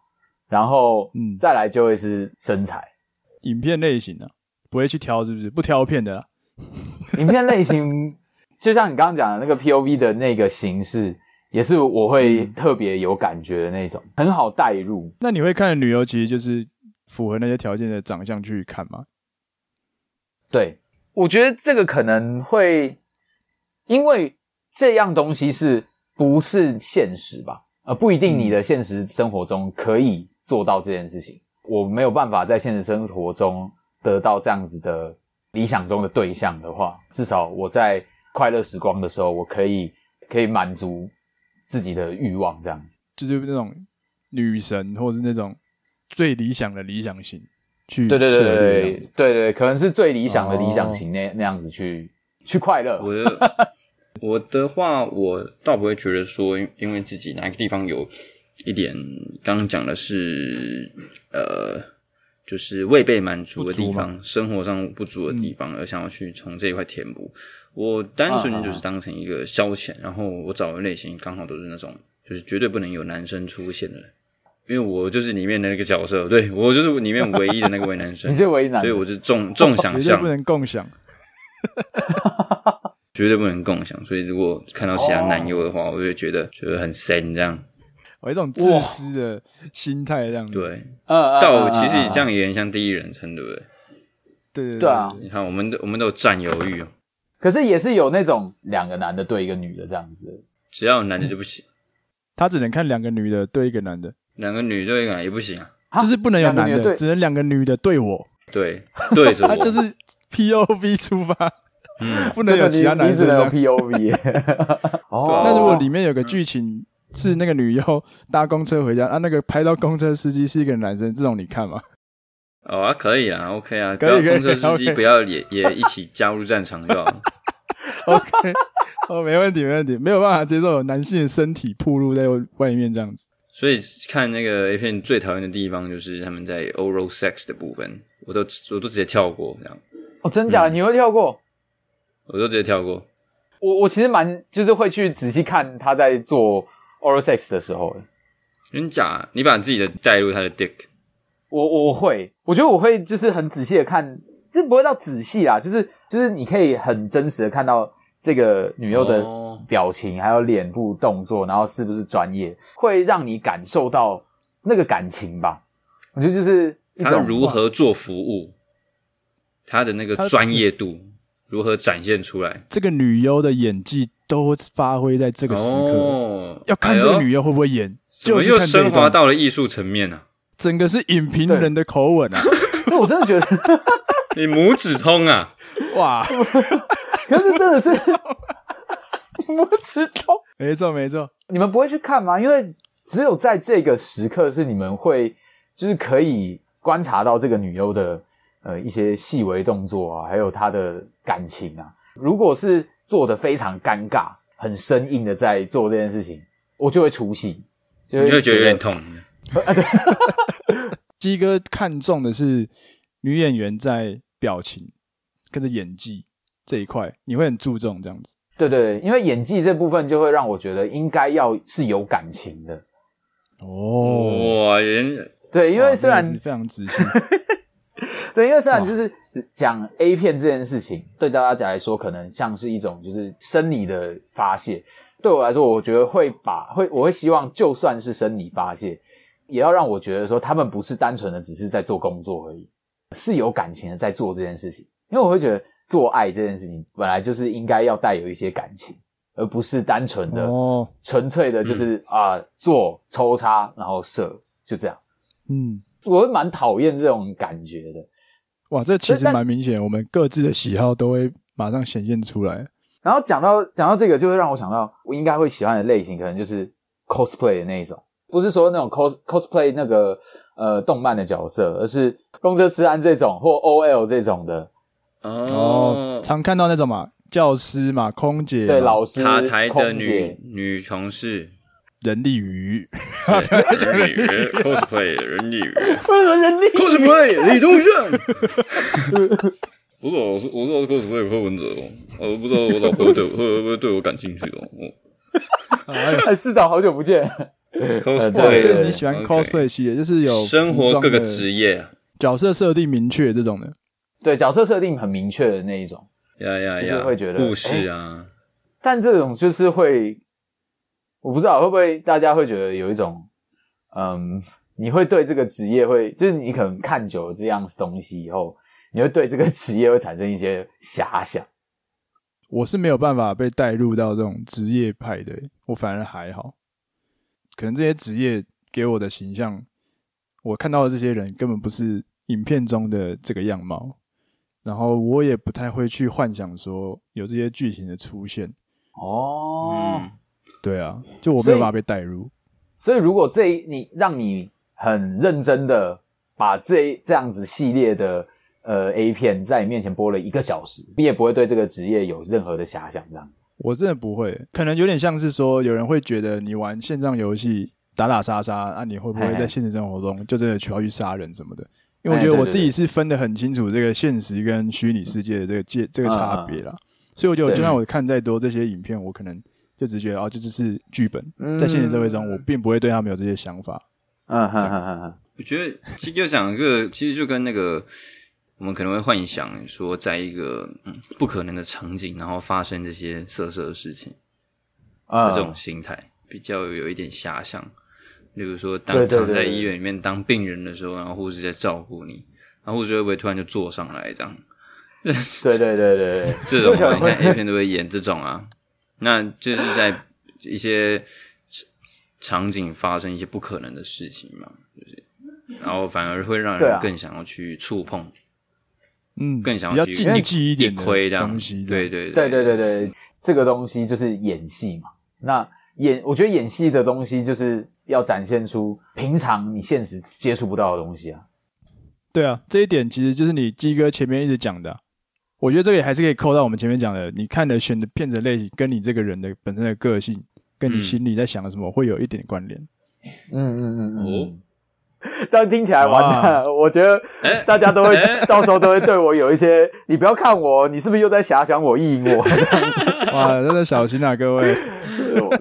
A: 然后
C: 嗯
A: 再来就会是身材。
C: 影片类型呢、啊？不会去挑是不是？不挑片的、啊，
A: 影片类型，就像你刚刚讲的那个 POV 的那个形式，也是我会特别有感觉的那种，很好带入。
C: 那你会看的女优其实就是符合那些条件的长相去看吗？
A: 对，我觉得这个可能会，因为这样东西是不是现实吧？呃，不一定你的现实生活中可以做到这件事情。我没有办法在现实生活中得到这样子的理想中的对象的话，至少我在快乐时光的时候，我可以可以满足自己的欲望，这样子。
C: 就是那种女神，或是那种最理想的理想型去
A: 对对对
C: 涉猎这
A: 对
C: 样
A: 对
C: 子
A: 对对，可能是最理想的理想
C: 哦
A: 型那、那样子去去快乐。
B: 我 的我的话，我倒不会觉得说，因因为自己哪个地方有一点，刚刚讲的是呃，就是未被满足的地
C: 不足嗯
B: 方，生活上不足的地方，而想要去从这一块填补。我单纯
C: 啊
B: 就是当成一个消遣，然后我找的类型刚好都是那种，就是绝对不能有男生出现的。因为我就是里面的那个角色，对我就是里面唯一的那个为男生，
A: 你是为难
B: 所以我就重重想
C: 哦绝对
B: 象
C: 不，能共享。
B: 绝对不能共享。所以如果看到其他男优的
C: 哦
B: 话，我就会觉得觉得很神这样。
C: 有一种自私的心态，这样子。
B: 对，
A: 嗯，
B: 但
C: 啊
B: 我其实
A: 也
B: 这样也很像第一人称，对不对？
C: 对对
A: 对啊，
B: 你看，我们都我们都有占有欲哦，
A: 可是也是有那种两个男的对一个女的这样子，
B: 只要有男的就不行，
C: 他只能看两个女的对一个男的，
B: 两个女对一个男也不行啊。
A: 啊
C: 就是不能有男
A: 两个女的
C: 的，
A: 对
C: 只能两个女的对我，
B: 对，对 着
C: 他
B: 我，
C: 啊就是 POV 出发，
B: 嗯，
C: 不能有其他
A: 这个你
C: 男
A: 你只
C: 生这
A: 能有
C: 样。
A: POV。哦，
C: 那如果里面有个剧情是那个女优搭公车回家，啊，那个拍到公车司机是一个男生，这种你看 吗？
B: 哦啊，可以啦，OK 啊，不
C: 可以
B: 要
C: 可以
B: 公车司机
C: OK
B: 不要也也一起加入战场就好 了。
C: OK，哦，没问题，没问题，没有办法接受有男性的身体暴露在外面这样子。
B: 所以看那个 A 片最讨厌的地方就是他们在 oral sex 的部分，我都我都直接跳过，这样
A: 哦，真假？你会跳过？
B: 我都直接跳过。
A: 我我其实蛮就是会去仔细看他在做 oral sex 的时候的，
B: 真假？你把自己的带入他的 dick，
A: 我我会，我觉得我会就是很仔细的看，就是不会到仔细啦，就是就是你可以很真实的看到这个女优的
B: 哦
A: 表情，还有脸部动作，然后是不是专业，会让你感受到那个感情吧。我觉得就是一
B: 他
A: 种
B: 如何做服务，他的那个
C: 他
B: 专业度如何展现出来。
C: 这个女优的演技都发挥在这个时刻，
B: 哦，
C: 要看这个女
B: 哎呦，
C: 优会不会演，就
B: 怎么
C: 是
B: 又
C: 看这
B: 升
C: 一
B: 华
C: 段。
B: 到了艺术层面啊！
C: 整个是影评人的口吻 啊，
A: 对我真的觉得，
B: 你拇指通啊，
C: 哇，
A: 可是真的是， 我知道
C: 没错没错，
A: 你们不会去看吗？因为只有在这个时刻是你们会就是可以观察到这个女优的呃一些细微动作啊，还有她的感情啊。如果是做的非常尴尬、很生硬的在做这件事情，我就会出戏，就
B: 你会觉得有点
A: 痛。
B: 痛。
C: 鸡哥看重的是女演员在表情跟着演技这一块，你会很注重这样子。
A: 对对对，因为演技这部分就会让我觉得应该要是有感情的。
C: 哦，
B: 哇，人
A: 对，因
B: 哦
A: 为虽然
C: 哇真的是非常 直性，
A: 对，因为虽然就是讲 A 片这件事情，对大家来说可能像是一种就是生理的发泄，对我来说，我觉得会把会我会希望，就算是生理发泄，也要让我觉得说他们不是单纯的只是在做工作而已，是有感情的在做这件事情。因为我会觉得做爱这件事情本来就是应该要带有一些感情，而不是单纯的、
C: 哦，
A: 纯粹的，就是啊、做抽插然后射就这样。
C: 嗯，
A: 我会蛮讨厌这种感觉的。
C: 哇，这其实
A: 但
C: 蛮明显，我们各自的喜好都会马上显现出来。
A: 然后讲到讲到这个，就会让我想到我应该会喜欢的类型，可能就是 cosplay 的那一种，不是说那种 cos cosplay 那个呃动漫的角色，而是公车痴安这种或 OL 这种的，
C: 哦
B: 哦，，
C: 常看到那种嘛，教师嘛，空姐嘛，
A: 对老师、
B: 塔台的
A: 空
B: 女
A: 姐，
B: 女 同事，
C: 人力鱼，
B: 对人力鱼 cosplay 人力鱼。
A: 为什么人力？
B: cosplay 李宗盛。 不是，我是我知道 cosplay 柯文哲哦，我不知道我老婆对我 会不会对我感兴趣哦。我
C: 哎呦
A: 市长好久不见，
C: 哇，
A: 呃对
C: 所
A: 对
C: 以
A: 对
C: 你喜欢
B: OK
C: cosplay 系列，就是有
B: 生
C: 服
B: 活
C: 装
B: 各个
C: 的
B: 职业啊，
C: 角色设定明确这种的。
A: 对角色设定很明确的那一种，
B: 呀呀
A: 就是
B: 呀，
A: 会觉得
B: 护士啊，
A: 但这种就是会，我不知道会不会大家会觉得有一种，嗯，你会对这个职业会，就是你可能看久了这样东西以后，你会对这个职业会产生一些遐想。
C: 我是没有办法被带入到这种职业派的，欸我反而还好。可能这些职业给我的形象，我看到的这些人根本不是影片中的这个样貌，然后我也不太会去幻想说有这些剧情的出现。
A: 哦，
B: 嗯，
C: 对啊，就我没有
A: 所以
C: 办法被带入。
A: 所以如果这一你让你很认真的把这这样子系列的呃 A 片在你面前播了一个小时，你也不会对这个职业有任何的遐想，这样。
C: 我真的不会，可能有点像是说，有人会觉得你玩线上游戏打打杀杀，啊，你会不会
A: 嘿嘿
C: 在现实生活中就真的需要去杀人什么的？因为我
A: 哎
C: 觉得
A: 对
C: 我
A: 对
C: 自己
A: 对
C: 是分得很清楚这个现实跟虚拟世界的这个界这个差别啦，所以我觉得
A: 嗯对
C: 就算我看再多这些影片，我可能就只觉得哦，这就是剧本，
A: 嗯
C: 在现实社会中我并不会对他们有这些想法。
A: 嗯哼
C: 这样
A: 哼
C: 子
A: 哼哼，
B: 我觉得其实就讲一个，其实就跟那个。我们可能会幻想说，在一个嗯不可能的场景，然后发生这些色色的事情，
A: 嗯
B: 这种心态，比较有一点遐想。例如说，
A: 对
B: 当
A: 对
B: 躺在
A: 对
B: 医院里面当病人的时候，然后护士在照顾你，然后护士会不会突然就坐上来 这样？
A: 对对对对对，
B: 这种
A: 这个
B: 你
A: 会
B: 看 A 片都会演这种啊，那就是在一些场景发生一些不可能的事情嘛，就是，然后反而会让
A: 对啊
B: 人更想要去触碰，
C: 嗯，
B: 更想
C: 比
B: 要
C: 较
B: 去
C: 竞技一点
B: 一
C: 的
B: 窥这样
C: 东西，
B: 对，对
A: 对对对对，这个东西就是演戏嘛。那演，我觉得演戏的东西就是要展现出平常你现实接触不到的东西啊。
C: 对啊，这一点其实就是你鸡哥前面一直讲的啊、我觉得这个也还是可以扣到我们前面讲的，你看的选的片子类型跟你这个人的本身的个性，跟你
B: 嗯
C: 心里在想的什么会有一点关联。
A: 嗯嗯嗯
B: 哦
A: 嗯。这样听起来完蛋了，我觉得
B: 哎
A: 大家都会、
B: 哎
A: 到时候都会对我有一些，你不要看我，你是不是又在遐想我意淫 我？
C: 哇，真的小心啊，各位！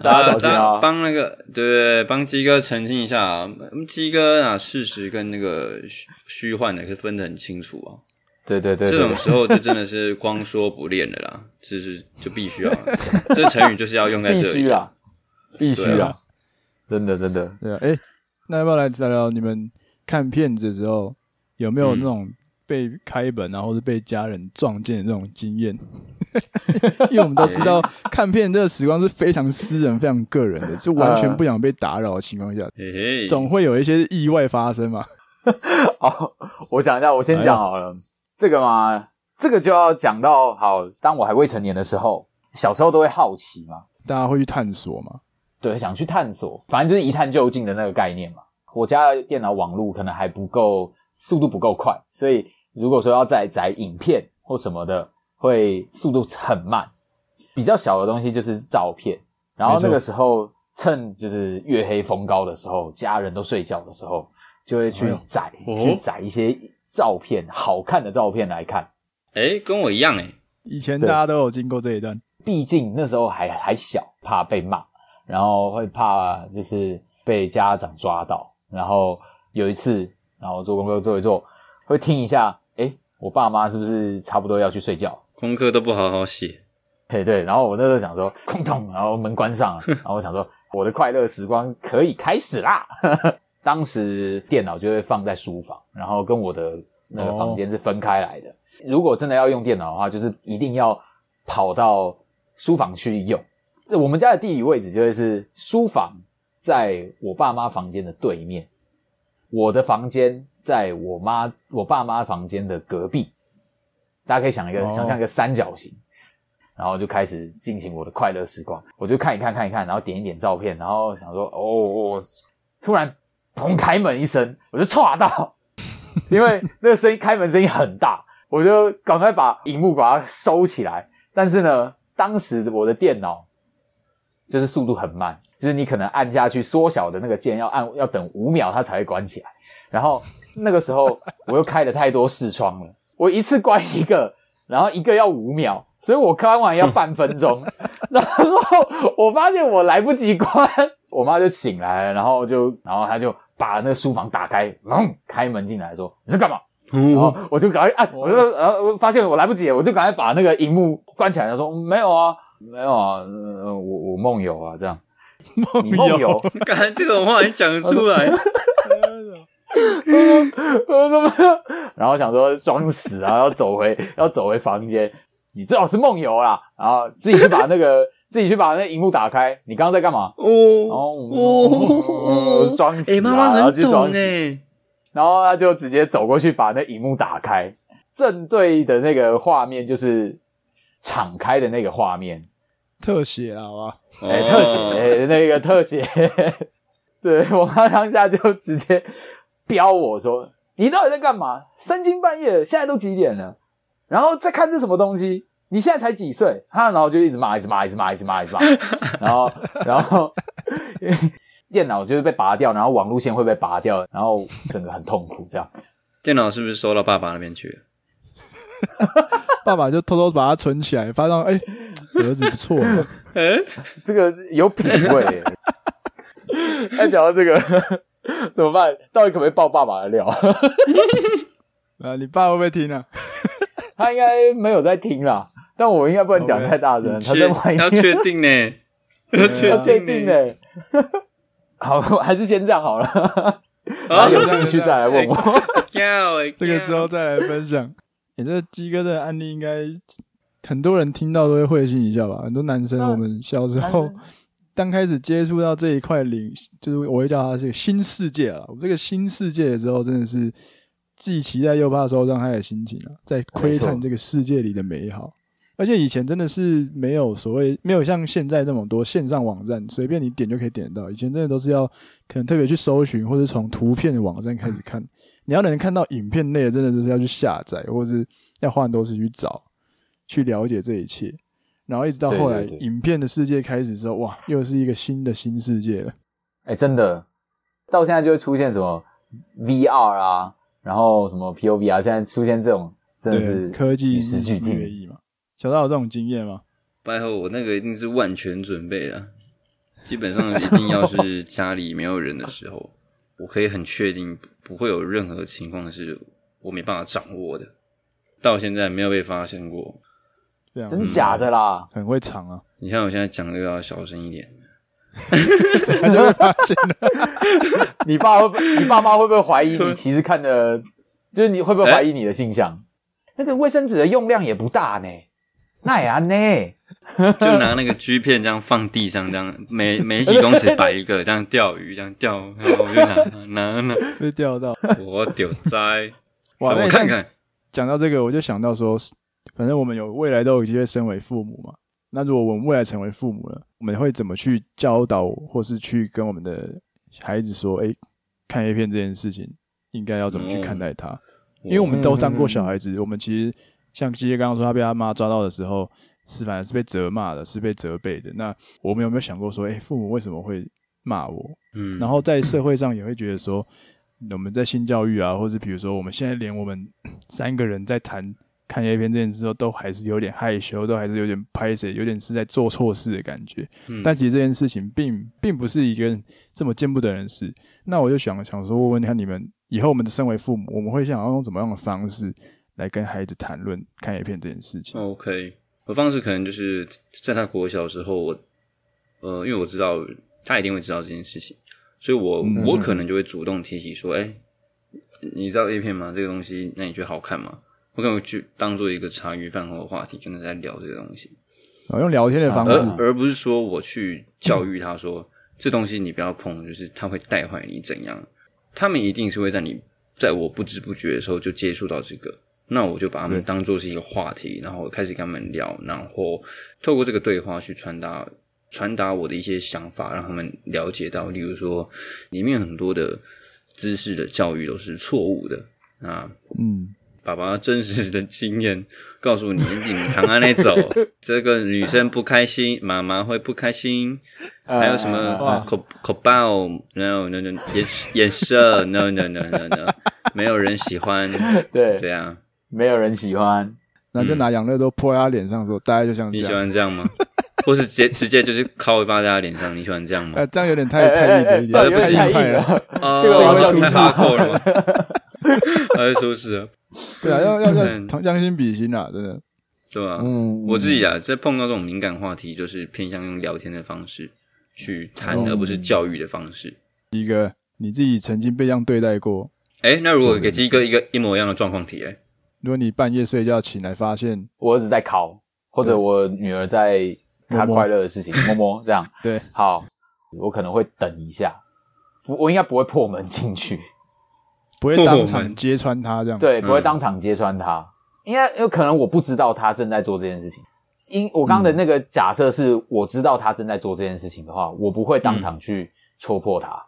A: 大家
B: 啊
A: 小心 啊！
B: 帮那个对对对，帮鸡哥澄清一下啊，嗯鸡哥啊，事实跟那个虚虚幻的是分得很清楚啊。
A: 对对对对
B: 这
A: 对
B: 种时候就真的是光说不练的啦，就是就必须要，啊这成语就是要用在
A: 必
B: 这里
A: 须。啦，必须
B: 对
A: 啦
B: 啊，
A: 真的真的。
C: 对啊，哎，那要不要来聊聊你们看片子的时候有没
B: 嗯
C: 有那种被开本啊，或者被家人撞见的那种经验？ 因为我们都知道，
B: 哎
C: 看片这个时光是非常私人、非常个人的，是完
B: 啊
C: 全不想被打扰的情况下，
B: 嘿嘿，
C: 总会有一些意外发生嘛。
A: 好，我讲一下，我先讲好了。这个嘛，这个就要讲到好，当我还未成年的时候，小时候都会好奇嘛，
C: 大家会去探索嘛。
A: 对，想去探索，反正就是一探究竟的那个概念嘛。我家的电脑网络可能还不够，速度不够快，所以如果说要再载影片或什么的，会速度很慢。比较小的东西就是照片，然后那
C: 没
A: 个
C: 错
A: 时候趁就是月黑风高的时候，家人都睡觉的时候，就会
C: 哎
A: 去
C: 呦
A: 载、
B: 哦
A: 去载一些照片，好看的照片来看。
B: 哎，跟我一样哎，
C: 以前大
A: 对
C: 家都有经过这一段，
A: 毕竟那时候还还小，怕被骂，然后会怕就是被家长抓到。然后有一次，然后做功课做一做，会听一下，诶，我爸妈是不是差不多要去睡觉？
B: 功课都不好好写，
A: 嘿，对。然后我那时候想说，空洞，然后门关上了，然后我想说，我的快乐时光可以开始啦。 当时电脑就会放在书房，然后跟我的那个房间是分开来的。如果真的要用电脑的话，就是一定要跑到书房去用。这我们家的地理位置就会是书房在我爸妈房间的对面，我的房间在我妈我爸妈房间的隔壁。大家可以想一个、
C: 哦
A: 想象一个三角形，然后就开始进行我的快乐时光。我就看一看看一看，然后点一点照片，然后想说哦哦，突然砰开门一声，我就唰到，因为那个声音开门声音很大，我就赶快把荧幕把它收起来。但是呢，当时我的电脑就是速度很慢，就是你可能按下去缩小的那个键要按要等五秒它才会关起来。然后那个时候我又开了太多视窗了， 我一次关一个，然后一个要五秒，所以我关完要半分钟。 然后我发现我来不及关，我妈就醒来了，然后就然后她就把那个书房打开，嗯，开门进来说你在干嘛？然
B: 哦
A: 后我就赶快按，我就然后我发现我来不及了，我就赶快把那个荧幕关起来， 他说嗯没有啊，没有啊，呃、我我梦游啊，这 样你梦游，
B: 干这种话你讲得 出来，
A: 呃怎么样？ 然后想说装死啊，要走回 要走回房间，你最好是梦游啦，然后自己去把那个 自己去把那个荧幕打开，你刚刚在干嘛？
B: 哦
A: 哦，我
B: 哦
A: 装死、啊，
B: 哎，妈妈
A: 然后
B: 很
A: 就装
B: 懂
A: 死
B: 哎，
A: 然后他就直接走过去把那荧幕打开，正对的那个画面就是敞开的那个画面，
C: 特写啦，好吧？
A: 哎、
B: 哦
A: 特写、哎那个特写，对我妈当下就直接飙我说：“你到底在干嘛？三更半夜了，现在都几点了？然后再看这什么东西？你现在才几岁？”他然后就一直骂，一直骂，一直骂，一直骂，一直骂，然后然后电脑就是被拔掉，然后网路线会被拔掉，然后整个很痛苦这样。
B: 电脑是不是收到爸爸那边去了？
C: 爸爸就偷偷把它存起来，发现哎、儿子不错 嘛，
B: 哎，
A: 这个有品味耶。那讲到这个 怎么办？到底可不可以爆爸爸的料？
C: 啊，你爸会不会听啊？
A: 他应该没有在听啦，但我应该不能讲太大声，他在外
B: 确要
A: 面
B: 确 定呢，
A: 要
C: 要
A: 确定
B: 呢，
A: 的。 好，还是先这样好了， 然
B: 啊
A: 后有 兴趣再来问我。
B: 要哎
C: 这个之后再来分 享。你、欸这鸡哥的案例嗯应该很多人听到都会会心一笑吧？很多男生，我们小时候刚开始接触到这一块领，就是我会叫它是新世界啊。我这个新世界的时候，真的是既期待又怕受伤害的心情啊，在窥
A: 没
C: 探
A: 错
C: 这个世界里的美好。而且以前真的是没有所谓，没有像现在那么多线上网站，随便你点就可以点得到。以前真的都是要可能特别去搜寻，或者从图片的网站开始看。你要能看到影片内的，真的就是要去下载，或者是要花很多时间去找、去了解这一切。然后一直到后来，
A: 对对对
C: 影片的世界开始之后，哇，又是一个新的新世界了。
A: 哎、真的，到现在就会出现什么 VR 啊，然后什么 POV 啊，现在出现这种真的
C: 对，
A: 是
C: 科技
A: 与时俱
C: 越
A: 进。
C: 益嘛。小道有这种经验吗？
B: 拜托，我那个一定是万全准备的啊，基本上一定要是家里没有人的时候，我可以很确定不会有任何情况是我没办法掌握的。到现在没有被发现过。
C: 这样
A: 真假的啦，
C: 很会藏啊，
B: 你看我现在讲这个要小声一点，
C: 他就会发现了。
A: 你爸会不会你爸妈会不会怀疑你其实看的，就是你
B: 哎
A: 会不会怀疑你的性向？那个卫生纸的用量也不大呢，那也安呢，
B: 就拿那个 G 片这样放地上，这样每每几公尺摆一个，这样钓鱼，这样钓，然后我就拿拿拿，
C: 被钓到。
B: 我丢栽，
C: 哇，那
B: 我
C: 你
B: 看看，
C: 讲到这个，我就想到说，反正我们有未来都有机会身为父母嘛。那如果我们未来成为父母了，我们会怎么去教导，或是去跟我们的孩子说，哎、看 A 片这件事情应该要怎么去看待它？因为我们都当过小孩子，我们其实像基业刚刚说，他被他妈抓到的时候，是反正是被责骂的，是被责备的。那我们有没有想过说，哎、父母为什么会骂我？
B: 嗯，
C: 然后在社会上也会觉得说，我们在性教育啊，或者比如说我们现在连我们 三个人在谈看 A 片这件事的时候，都还是有点害羞，都还是有点拍谁，有点是在做错事的感觉。
B: 嗯
C: 但其实这件事情并并不是一件这么见不得人的事。那我就想想说，问问看你们以后我们身为父母，我们会想要用怎么样的方式来跟孩子谈论看 A 片这件事
B: 嗯
C: 情？
B: OK，我方式可能就是在他国小的时候，我呃，因为我知道他一定会知道这件事情，所以我、我可能就会主动提起说，哎、你知道 A 片吗？这个东西，那你觉得好看吗？我可能去当做一个茶余饭后的话题，跟他在聊这个东西，
C: 然后用聊天的方
B: 而
C: 式，嗯
B: 而不是说我去教育他说这东西你不要碰，就是它会带坏你怎样。他们一定是会在你在我不知不觉的时候就接触到这个，那我就把他们
C: 对
B: 当做是一个话题，然后开始跟他们聊，然后透过这个对话去传达传达我的一些想法，让他们了解到，例如说里面很多的知识的教育都是错误的啊。
C: 嗯，
B: 爸爸真实的经验告诉你，你常按那走，这个女生不开心，妈妈会不开心，还有什么
A: 呃
C: 哇
B: 呃口口爆，no no no，眼眼色，no no no no no，没有人喜欢，
A: 对
B: 对啊，
A: 没有人喜欢。
C: 然后就
B: 嗯
C: 拿养乐多泼在他脸上说，大概就像这
B: 你喜
C: 样。
B: 欢这样吗？或是直接直接就是靠一巴在他脸上，你喜欢这样
C: 呃，
B: 吗？
C: 这样有点
A: 哎
C: 太
A: 哎
C: 太硬了
A: 哎哎
C: 一
A: 这有
C: 点，
A: 点
C: 太
A: 太
C: 硬派
A: 硬
C: 了。
A: 了。
B: 啊，
A: 这个
C: 我要
B: 太
C: 出事
B: 发够了吗？ 还是出事了，
C: 对啊，要要要
B: 嗯
C: 同将心比心啊，真的。
B: 对吧？
A: 嗯
B: 我自己啊，在碰到这种敏感话题，就是偏向用聊天的方式去谈，
A: 哦
B: 而不是教育的方式。
C: 你自己曾经被这样对待过，
B: 哎，那如果给鸡哥一个一模一样的状况题，哎，
C: 如果你半夜睡觉起来发现，
A: 我儿子在考，或者我女儿在她快乐的事情，摸摸这样。
C: 对，
A: 好，我可能会等一下，不，我应该不会破门进去，
C: 不会
B: 破
C: 当
A: 哦
B: 门
C: 场揭穿他这样，，
A: 对，
B: 嗯
A: 不会当场揭穿她，应该有可能我不知道她正在做这件事情。因我刚刚的那个假设是我知道她正在做这件事情的话，我不会当场去戳破她，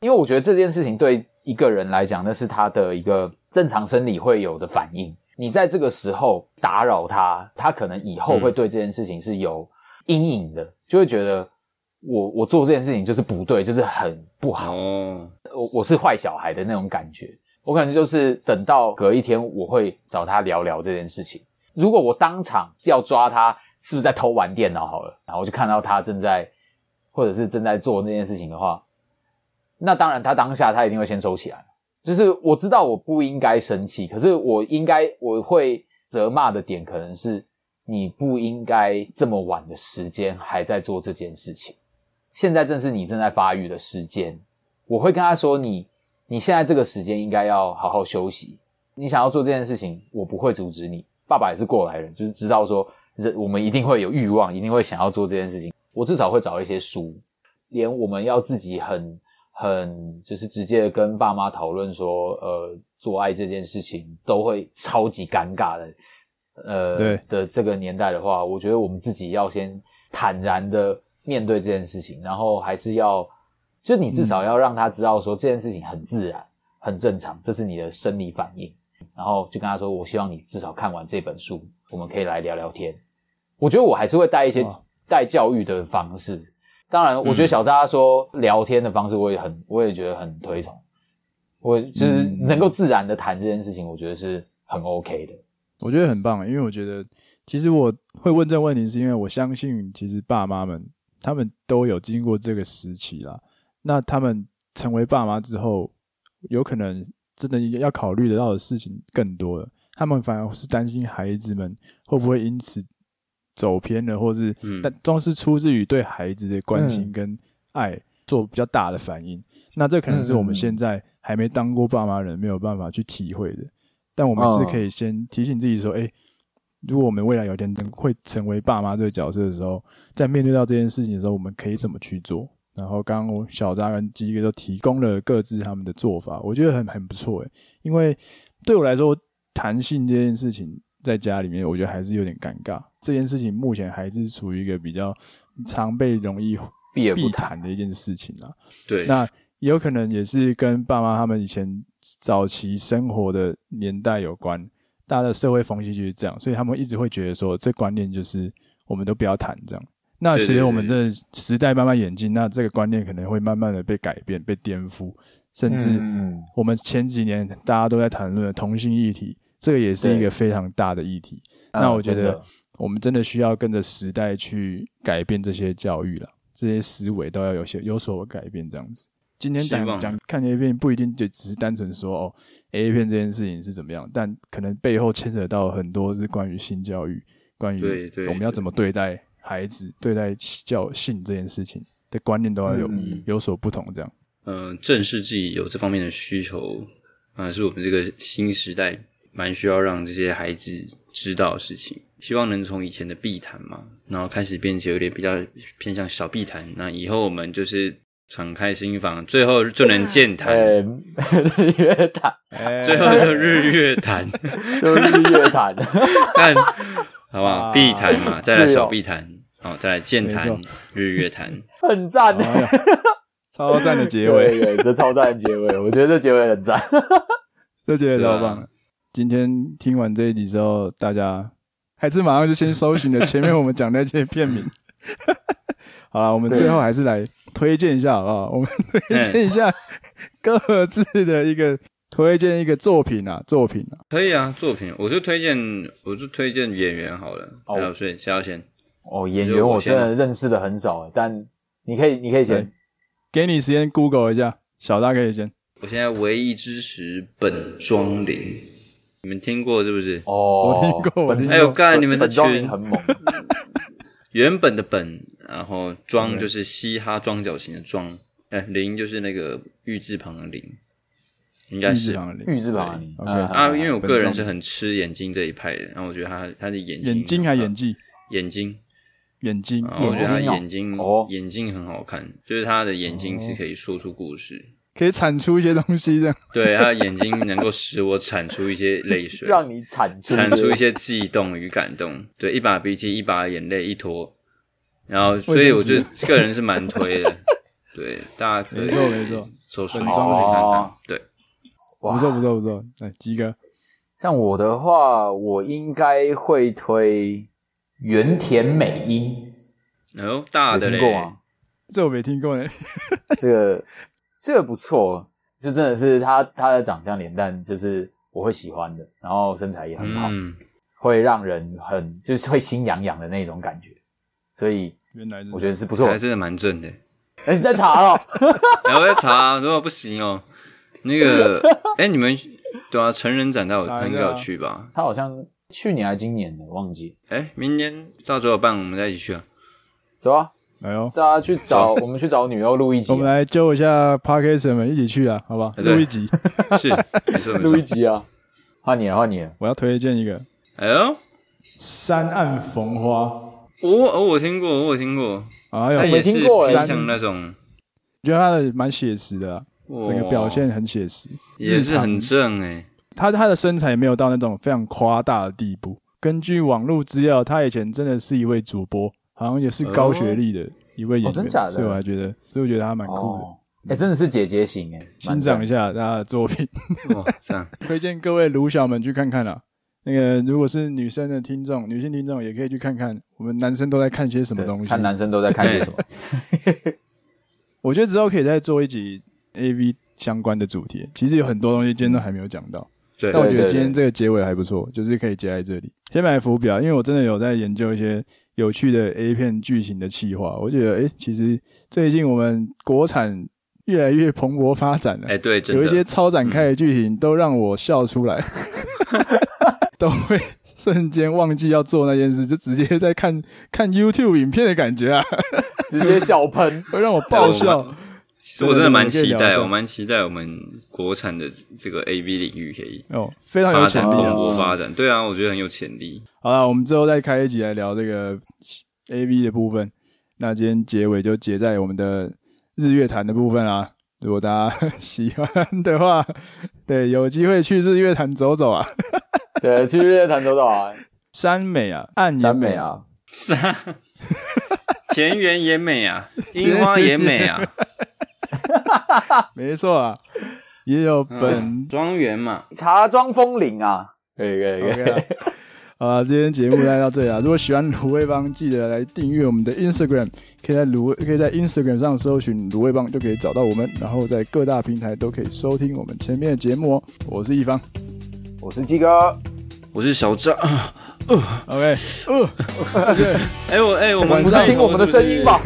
A: 因为我觉得这件事情对一个人来讲，那是他的一个正常生理会有的反应。你在这个时候打扰他，他可能以后会对这件事情是有阴影的，就会觉得我我做这件事情就是不对，就是很不好。
B: 哦，
A: 我我是坏小孩的那种感觉。我可能就是等到隔一天，我会找他聊聊这件事情。如果我当场要抓他是不是在偷玩电脑好了，然后我就看到他正在或者是正在做那件事情的话，那当然他当下他一定会先收起来。就是我知道我不应该生气，可是我应该我会责骂的点可能是你不应该这么晚的时间还在做这件事情。现在正是你正在发育的时间，我会跟他说你你现在这个时间应该要好好休息。你想要做这件事情，我不会阻止你。爸爸也是过来人，就是知道说人我们一定会有欲望，一定会想要做这件事情。我至少会找一些书，连我们要自己很很就是直接的跟爸妈讨论说，呃，做爱这件事情都会超级尴尬的，呃，
C: 对
A: 的这个年代的话，我觉得我们自己要先坦然的面对这件事情，然后还是要，就你至少要让他知道说这件事情很自然、很正常，这是你的生理反应，然后就跟他说，我希望你至少看完这本书，我们可以来聊聊天。我觉得我还是会带一些
C: 哇
A: 带教育的方式。当然，我觉得小扎说聊天的方式，我也很，我也觉得很推崇。我就是
C: 嗯
A: 能够自然的谈这件事情，我觉得是很 OK 的。
C: 我觉得很棒，因为我觉得其实我会问这个问题，是因为我相信其实爸妈们他们都有经过这个时期啦。那他们成为爸妈之后，有可能真的要考虑得到的事情更多了。他们反而是担心孩子们会不会因此走偏了，或是、
B: 嗯
C: 但都是出自于对孩子的关
A: 嗯
C: 心跟爱做比较大的反应。那这可能是我们
A: 嗯嗯嗯
C: 现在还没当过爸妈的人没有办法去体会的。但我们是
A: 嗯
C: 可以先提醒自己说，哎、如果我们未来有一天会成为爸妈这个角色的时候，在面对到这件事情的时候，我们可以怎么去做？然后刚刚我小扎跟鸡哥都提供了各自他们的做法，我觉得很很不错诶，因为对我来说，弹性这件事情在家里面，我觉得还是有点尴尬。这件事情目前还是处于一个比较常被容易
A: 避而不
C: 避
A: 谈，
C: 谈的一件事情啊。
B: 对，
C: 那也有可能也是跟爸妈他们以前早期生活的年代有关，大家的社会风气就是这样，所以他们一直会觉得说，这观念就是我们都不要谈这样。那
B: 对对
C: 随着我们
B: 对
C: 的时代慢慢演进，那这个观念可能会慢慢的被改变、被颠覆，甚至
A: 嗯，
C: 我们前几年大家都在谈论的同性议题，这个也是一
A: 对
C: 个非常大的议题。那我觉
A: 真
C: 得
A: 的
C: 我们嗯真的需要跟着时代去改变这些教育了，这些思维都要有些有所改变，这样子。今天
B: 希
C: 讲
B: 望
C: 讲看 A 片不一定就只是单纯说哦 A 片这件事情是怎么样，但可能背后牵扯到很多是关于性教育，关于
B: 对对
C: 我们要怎么对待孩子、对待教性这件事情的观念都要有、
A: 嗯
C: 有所不同，这样。
B: 嗯、正视自己有这方面的需求，啊、是我们这个新时代蛮需要让这些孩子知道的事情。希望能从以前的避谈嘛，然后开始变成有点比较偏向小避谈。那以后我们就是敞开心房，最后就能健 谈，
A: 呃，日月潭
B: 最后就日月谈，
A: 就是日月潭，
B: 看好不好？
C: 哇
B: 避谈嘛，再来
A: 是哦
B: 小避谈，好、再来健
C: 没
B: 谈、日月谈。
A: 很赞
C: 哎 呀 超赞的结尾。
A: 对对，对这超赞的结尾，我觉得这结尾很赞。
C: 这觉得
B: 是啊
C: 超棒了。今天听完这一集之后，大家还是马上就先搜寻了前面我们讲那些片名。 好了，我们
A: 对
C: 最后还是来推荐一下好不好？我们推荐一下各自的一个推荐一个作品啊，作品啊。
B: 可以啊，作品我就推荐，我就推荐演员好了，
A: 哦
B: 还有所以萧亚轩，
A: 哦，演
B: 就
A: 员
B: 我
A: 我真的
B: 先
A: 认识的很少，但你可以，你可以先
C: 对给你时间 Google 一下，小大可以先。
B: 我现在唯一支持本庄林，你们听过是不是？
A: 哦，
C: 我听过我
A: 本
C: 听过
A: 庄
C: 哎
B: 呦干你们这
A: 本庄
B: 群
A: 人很猛，
B: 原本的本，然后庄就是嘻哈庄脚型的庄，哎，林就是那个玉字旁的林，应该
C: 玉
B: 是
C: 字旁的林
A: 玉字旁的你 嗯
C: OK
B: 啊，因为我个
C: 本
B: 人
C: 庄
B: 是很吃眼睛这一派的，然后我觉得他他的眼睛
C: 眼睛还啊眼
B: 睛
C: 技，
B: 眼睛，
C: 眼睛
A: 哦
B: 然后我觉得他
A: 眼
B: 眼睛
A: 睛哦哦
B: 眼睛很好看，就是他的眼睛是可以说出故事，
C: 可以产出一些东西，这样
B: 对他的眼睛能够使我产出一些泪水，
A: 让你产出
B: 产出一些悸动与感动。对，一把鼻涕，一把眼泪，一坨。然后，所以我就
C: 卫生
B: 个人是蛮推的。对，大家可以
C: 没错没错，
B: 搜索
C: 本
B: 看
C: 庄
A: 哦
B: 看。对，
A: 哇
C: 不错不错不错。哎来，鸡哥，
A: 像我的话，我应该会推原田美音，
B: 然后大
A: 有
B: 的
A: 听
B: 嘞，
A: 过吗？
C: 这我没听过呢。
A: 这个这个不错，哦就真的是他他的长相脸蛋就是我会喜欢的，然后身材也很好，
B: 嗯，
A: 会让人很就是会心痒痒的那种感觉，所以
C: 原来是
A: 我觉得是不错。
B: 还真的蛮正的。
A: 哎，你在查哦，
B: 然后我在查，如果不行哦，那个，哎，你们对啊，成人展到
C: 查一下啊
B: 应该有去吧？
A: 他好像去年还今年的忘记，
B: 哎，明年到时候有办，我们再一 起去啊。
A: 走啊，
C: 哎呦，
A: 大家去找我们去找女优录一集啊
C: 我，们来揪一下 p a r k e s 们一起去啊，好吧？
B: 啊对
C: 录一 集，
B: 是，没错
A: 录
B: 没
A: 一
B: 错。
A: 集啊，换你了，换你了，
C: 我要推荐一个《
B: 哎呦，
C: 山岸逢花
B: 我我我听过，我有听过，》，
C: 哎
B: 他
C: 呦，
B: 也是
A: 听过哎
B: 偏向那种
C: 觉得他的蛮写实的啊、整个表现很写实，
B: 也
C: 日
B: 是
C: 常
B: 很正哎、
C: 他他的身材也没有到那种非常夸大的地步。根据网络资料，他以前真的是一位主播，好像也是高学历的一位演员，
A: 哦真假的
C: 所以我还觉得，所以我觉得他蛮酷的。
A: 哦，哎、真的是姐姐型哎、
C: 欣赏一下他的作品，
B: 哇，这样
C: 推荐各位卢小们去看看啦、那个如果是女生的听众，女性听众也可以去看看，我们男生都在看些什么
A: 蛮
C: 东
A: 赞
C: 西。
A: 看男生都在看些什么？
C: 我觉得之后可以再做一集 A V 相关的主题，其实有很多东西今天都还没有讲到。
B: 对
C: 但我
A: 对
C: 觉得今天这个结尾还不错，就是可以结在这里。先买浮表，因为我真的有在研究一些有趣的 A 片剧情的企划。我觉得，诶，其实最近我们国产越来越蓬勃发展了，
B: 哎、对，真的
C: 有一些超展开的剧情都让我笑出来，都会瞬间忘记要做那件事，就直接在看看 YouTube 影片的感觉啊，
A: 直接笑喷。
C: 会让我爆笑。
B: 其哦实我真的蛮
C: 真的
B: 期
C: 我们可以聊一
B: 待，
C: 下
B: 我蛮期待我们国产的这个 A V 领域可以
C: 哦，非常有
B: 发
C: 潜
B: 展
C: 力
B: 蓬
C: 啊！
B: 勃发展。对啊，我觉得很有潜力。
C: 好了，我们之后再开一集来聊这个 A V 的部分。那今天结尾就结在我们的日月潭的部分啊。如果大家喜欢的话，对，有机会去日月潭走走啊，
A: 对，去日月潭走走 啊，
C: 山美啊，岸也
A: 山美，啊，
B: 是啊，田园也美 啊，樱花也美啊，
C: 没错啊，也有
B: 嗯
C: 本
B: 庄园嘛，
A: 茶庄风铃啊，可以可以可
C: OK
A: 以。
C: 啊。好啊，今天节目来到这里啊！如果喜欢卤味帮，记得来订阅我们的 Instagram，可以在卤味可以在 Instagram 上搜寻卤味帮就可以找到我们，然后在各大平台都可以收听我们前面的节目哦。我是一方
A: 我是鸡哥，
B: 我是小 哎张。
C: ，OK，呃，
B: 哎、我哎、我们
C: 晚
A: 你在
C: 上
A: 听我们的声音吧？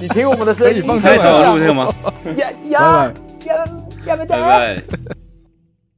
A: 你听我们的声
C: 可以
A: 音，
C: 放
A: 你
C: 出来
B: 开
A: 才
B: 头
A: 这
B: 要
A: 样
B: 录这个吗？
A: 呀
C: 拜拜
A: 呀。呀呀！拜
B: 拜拜。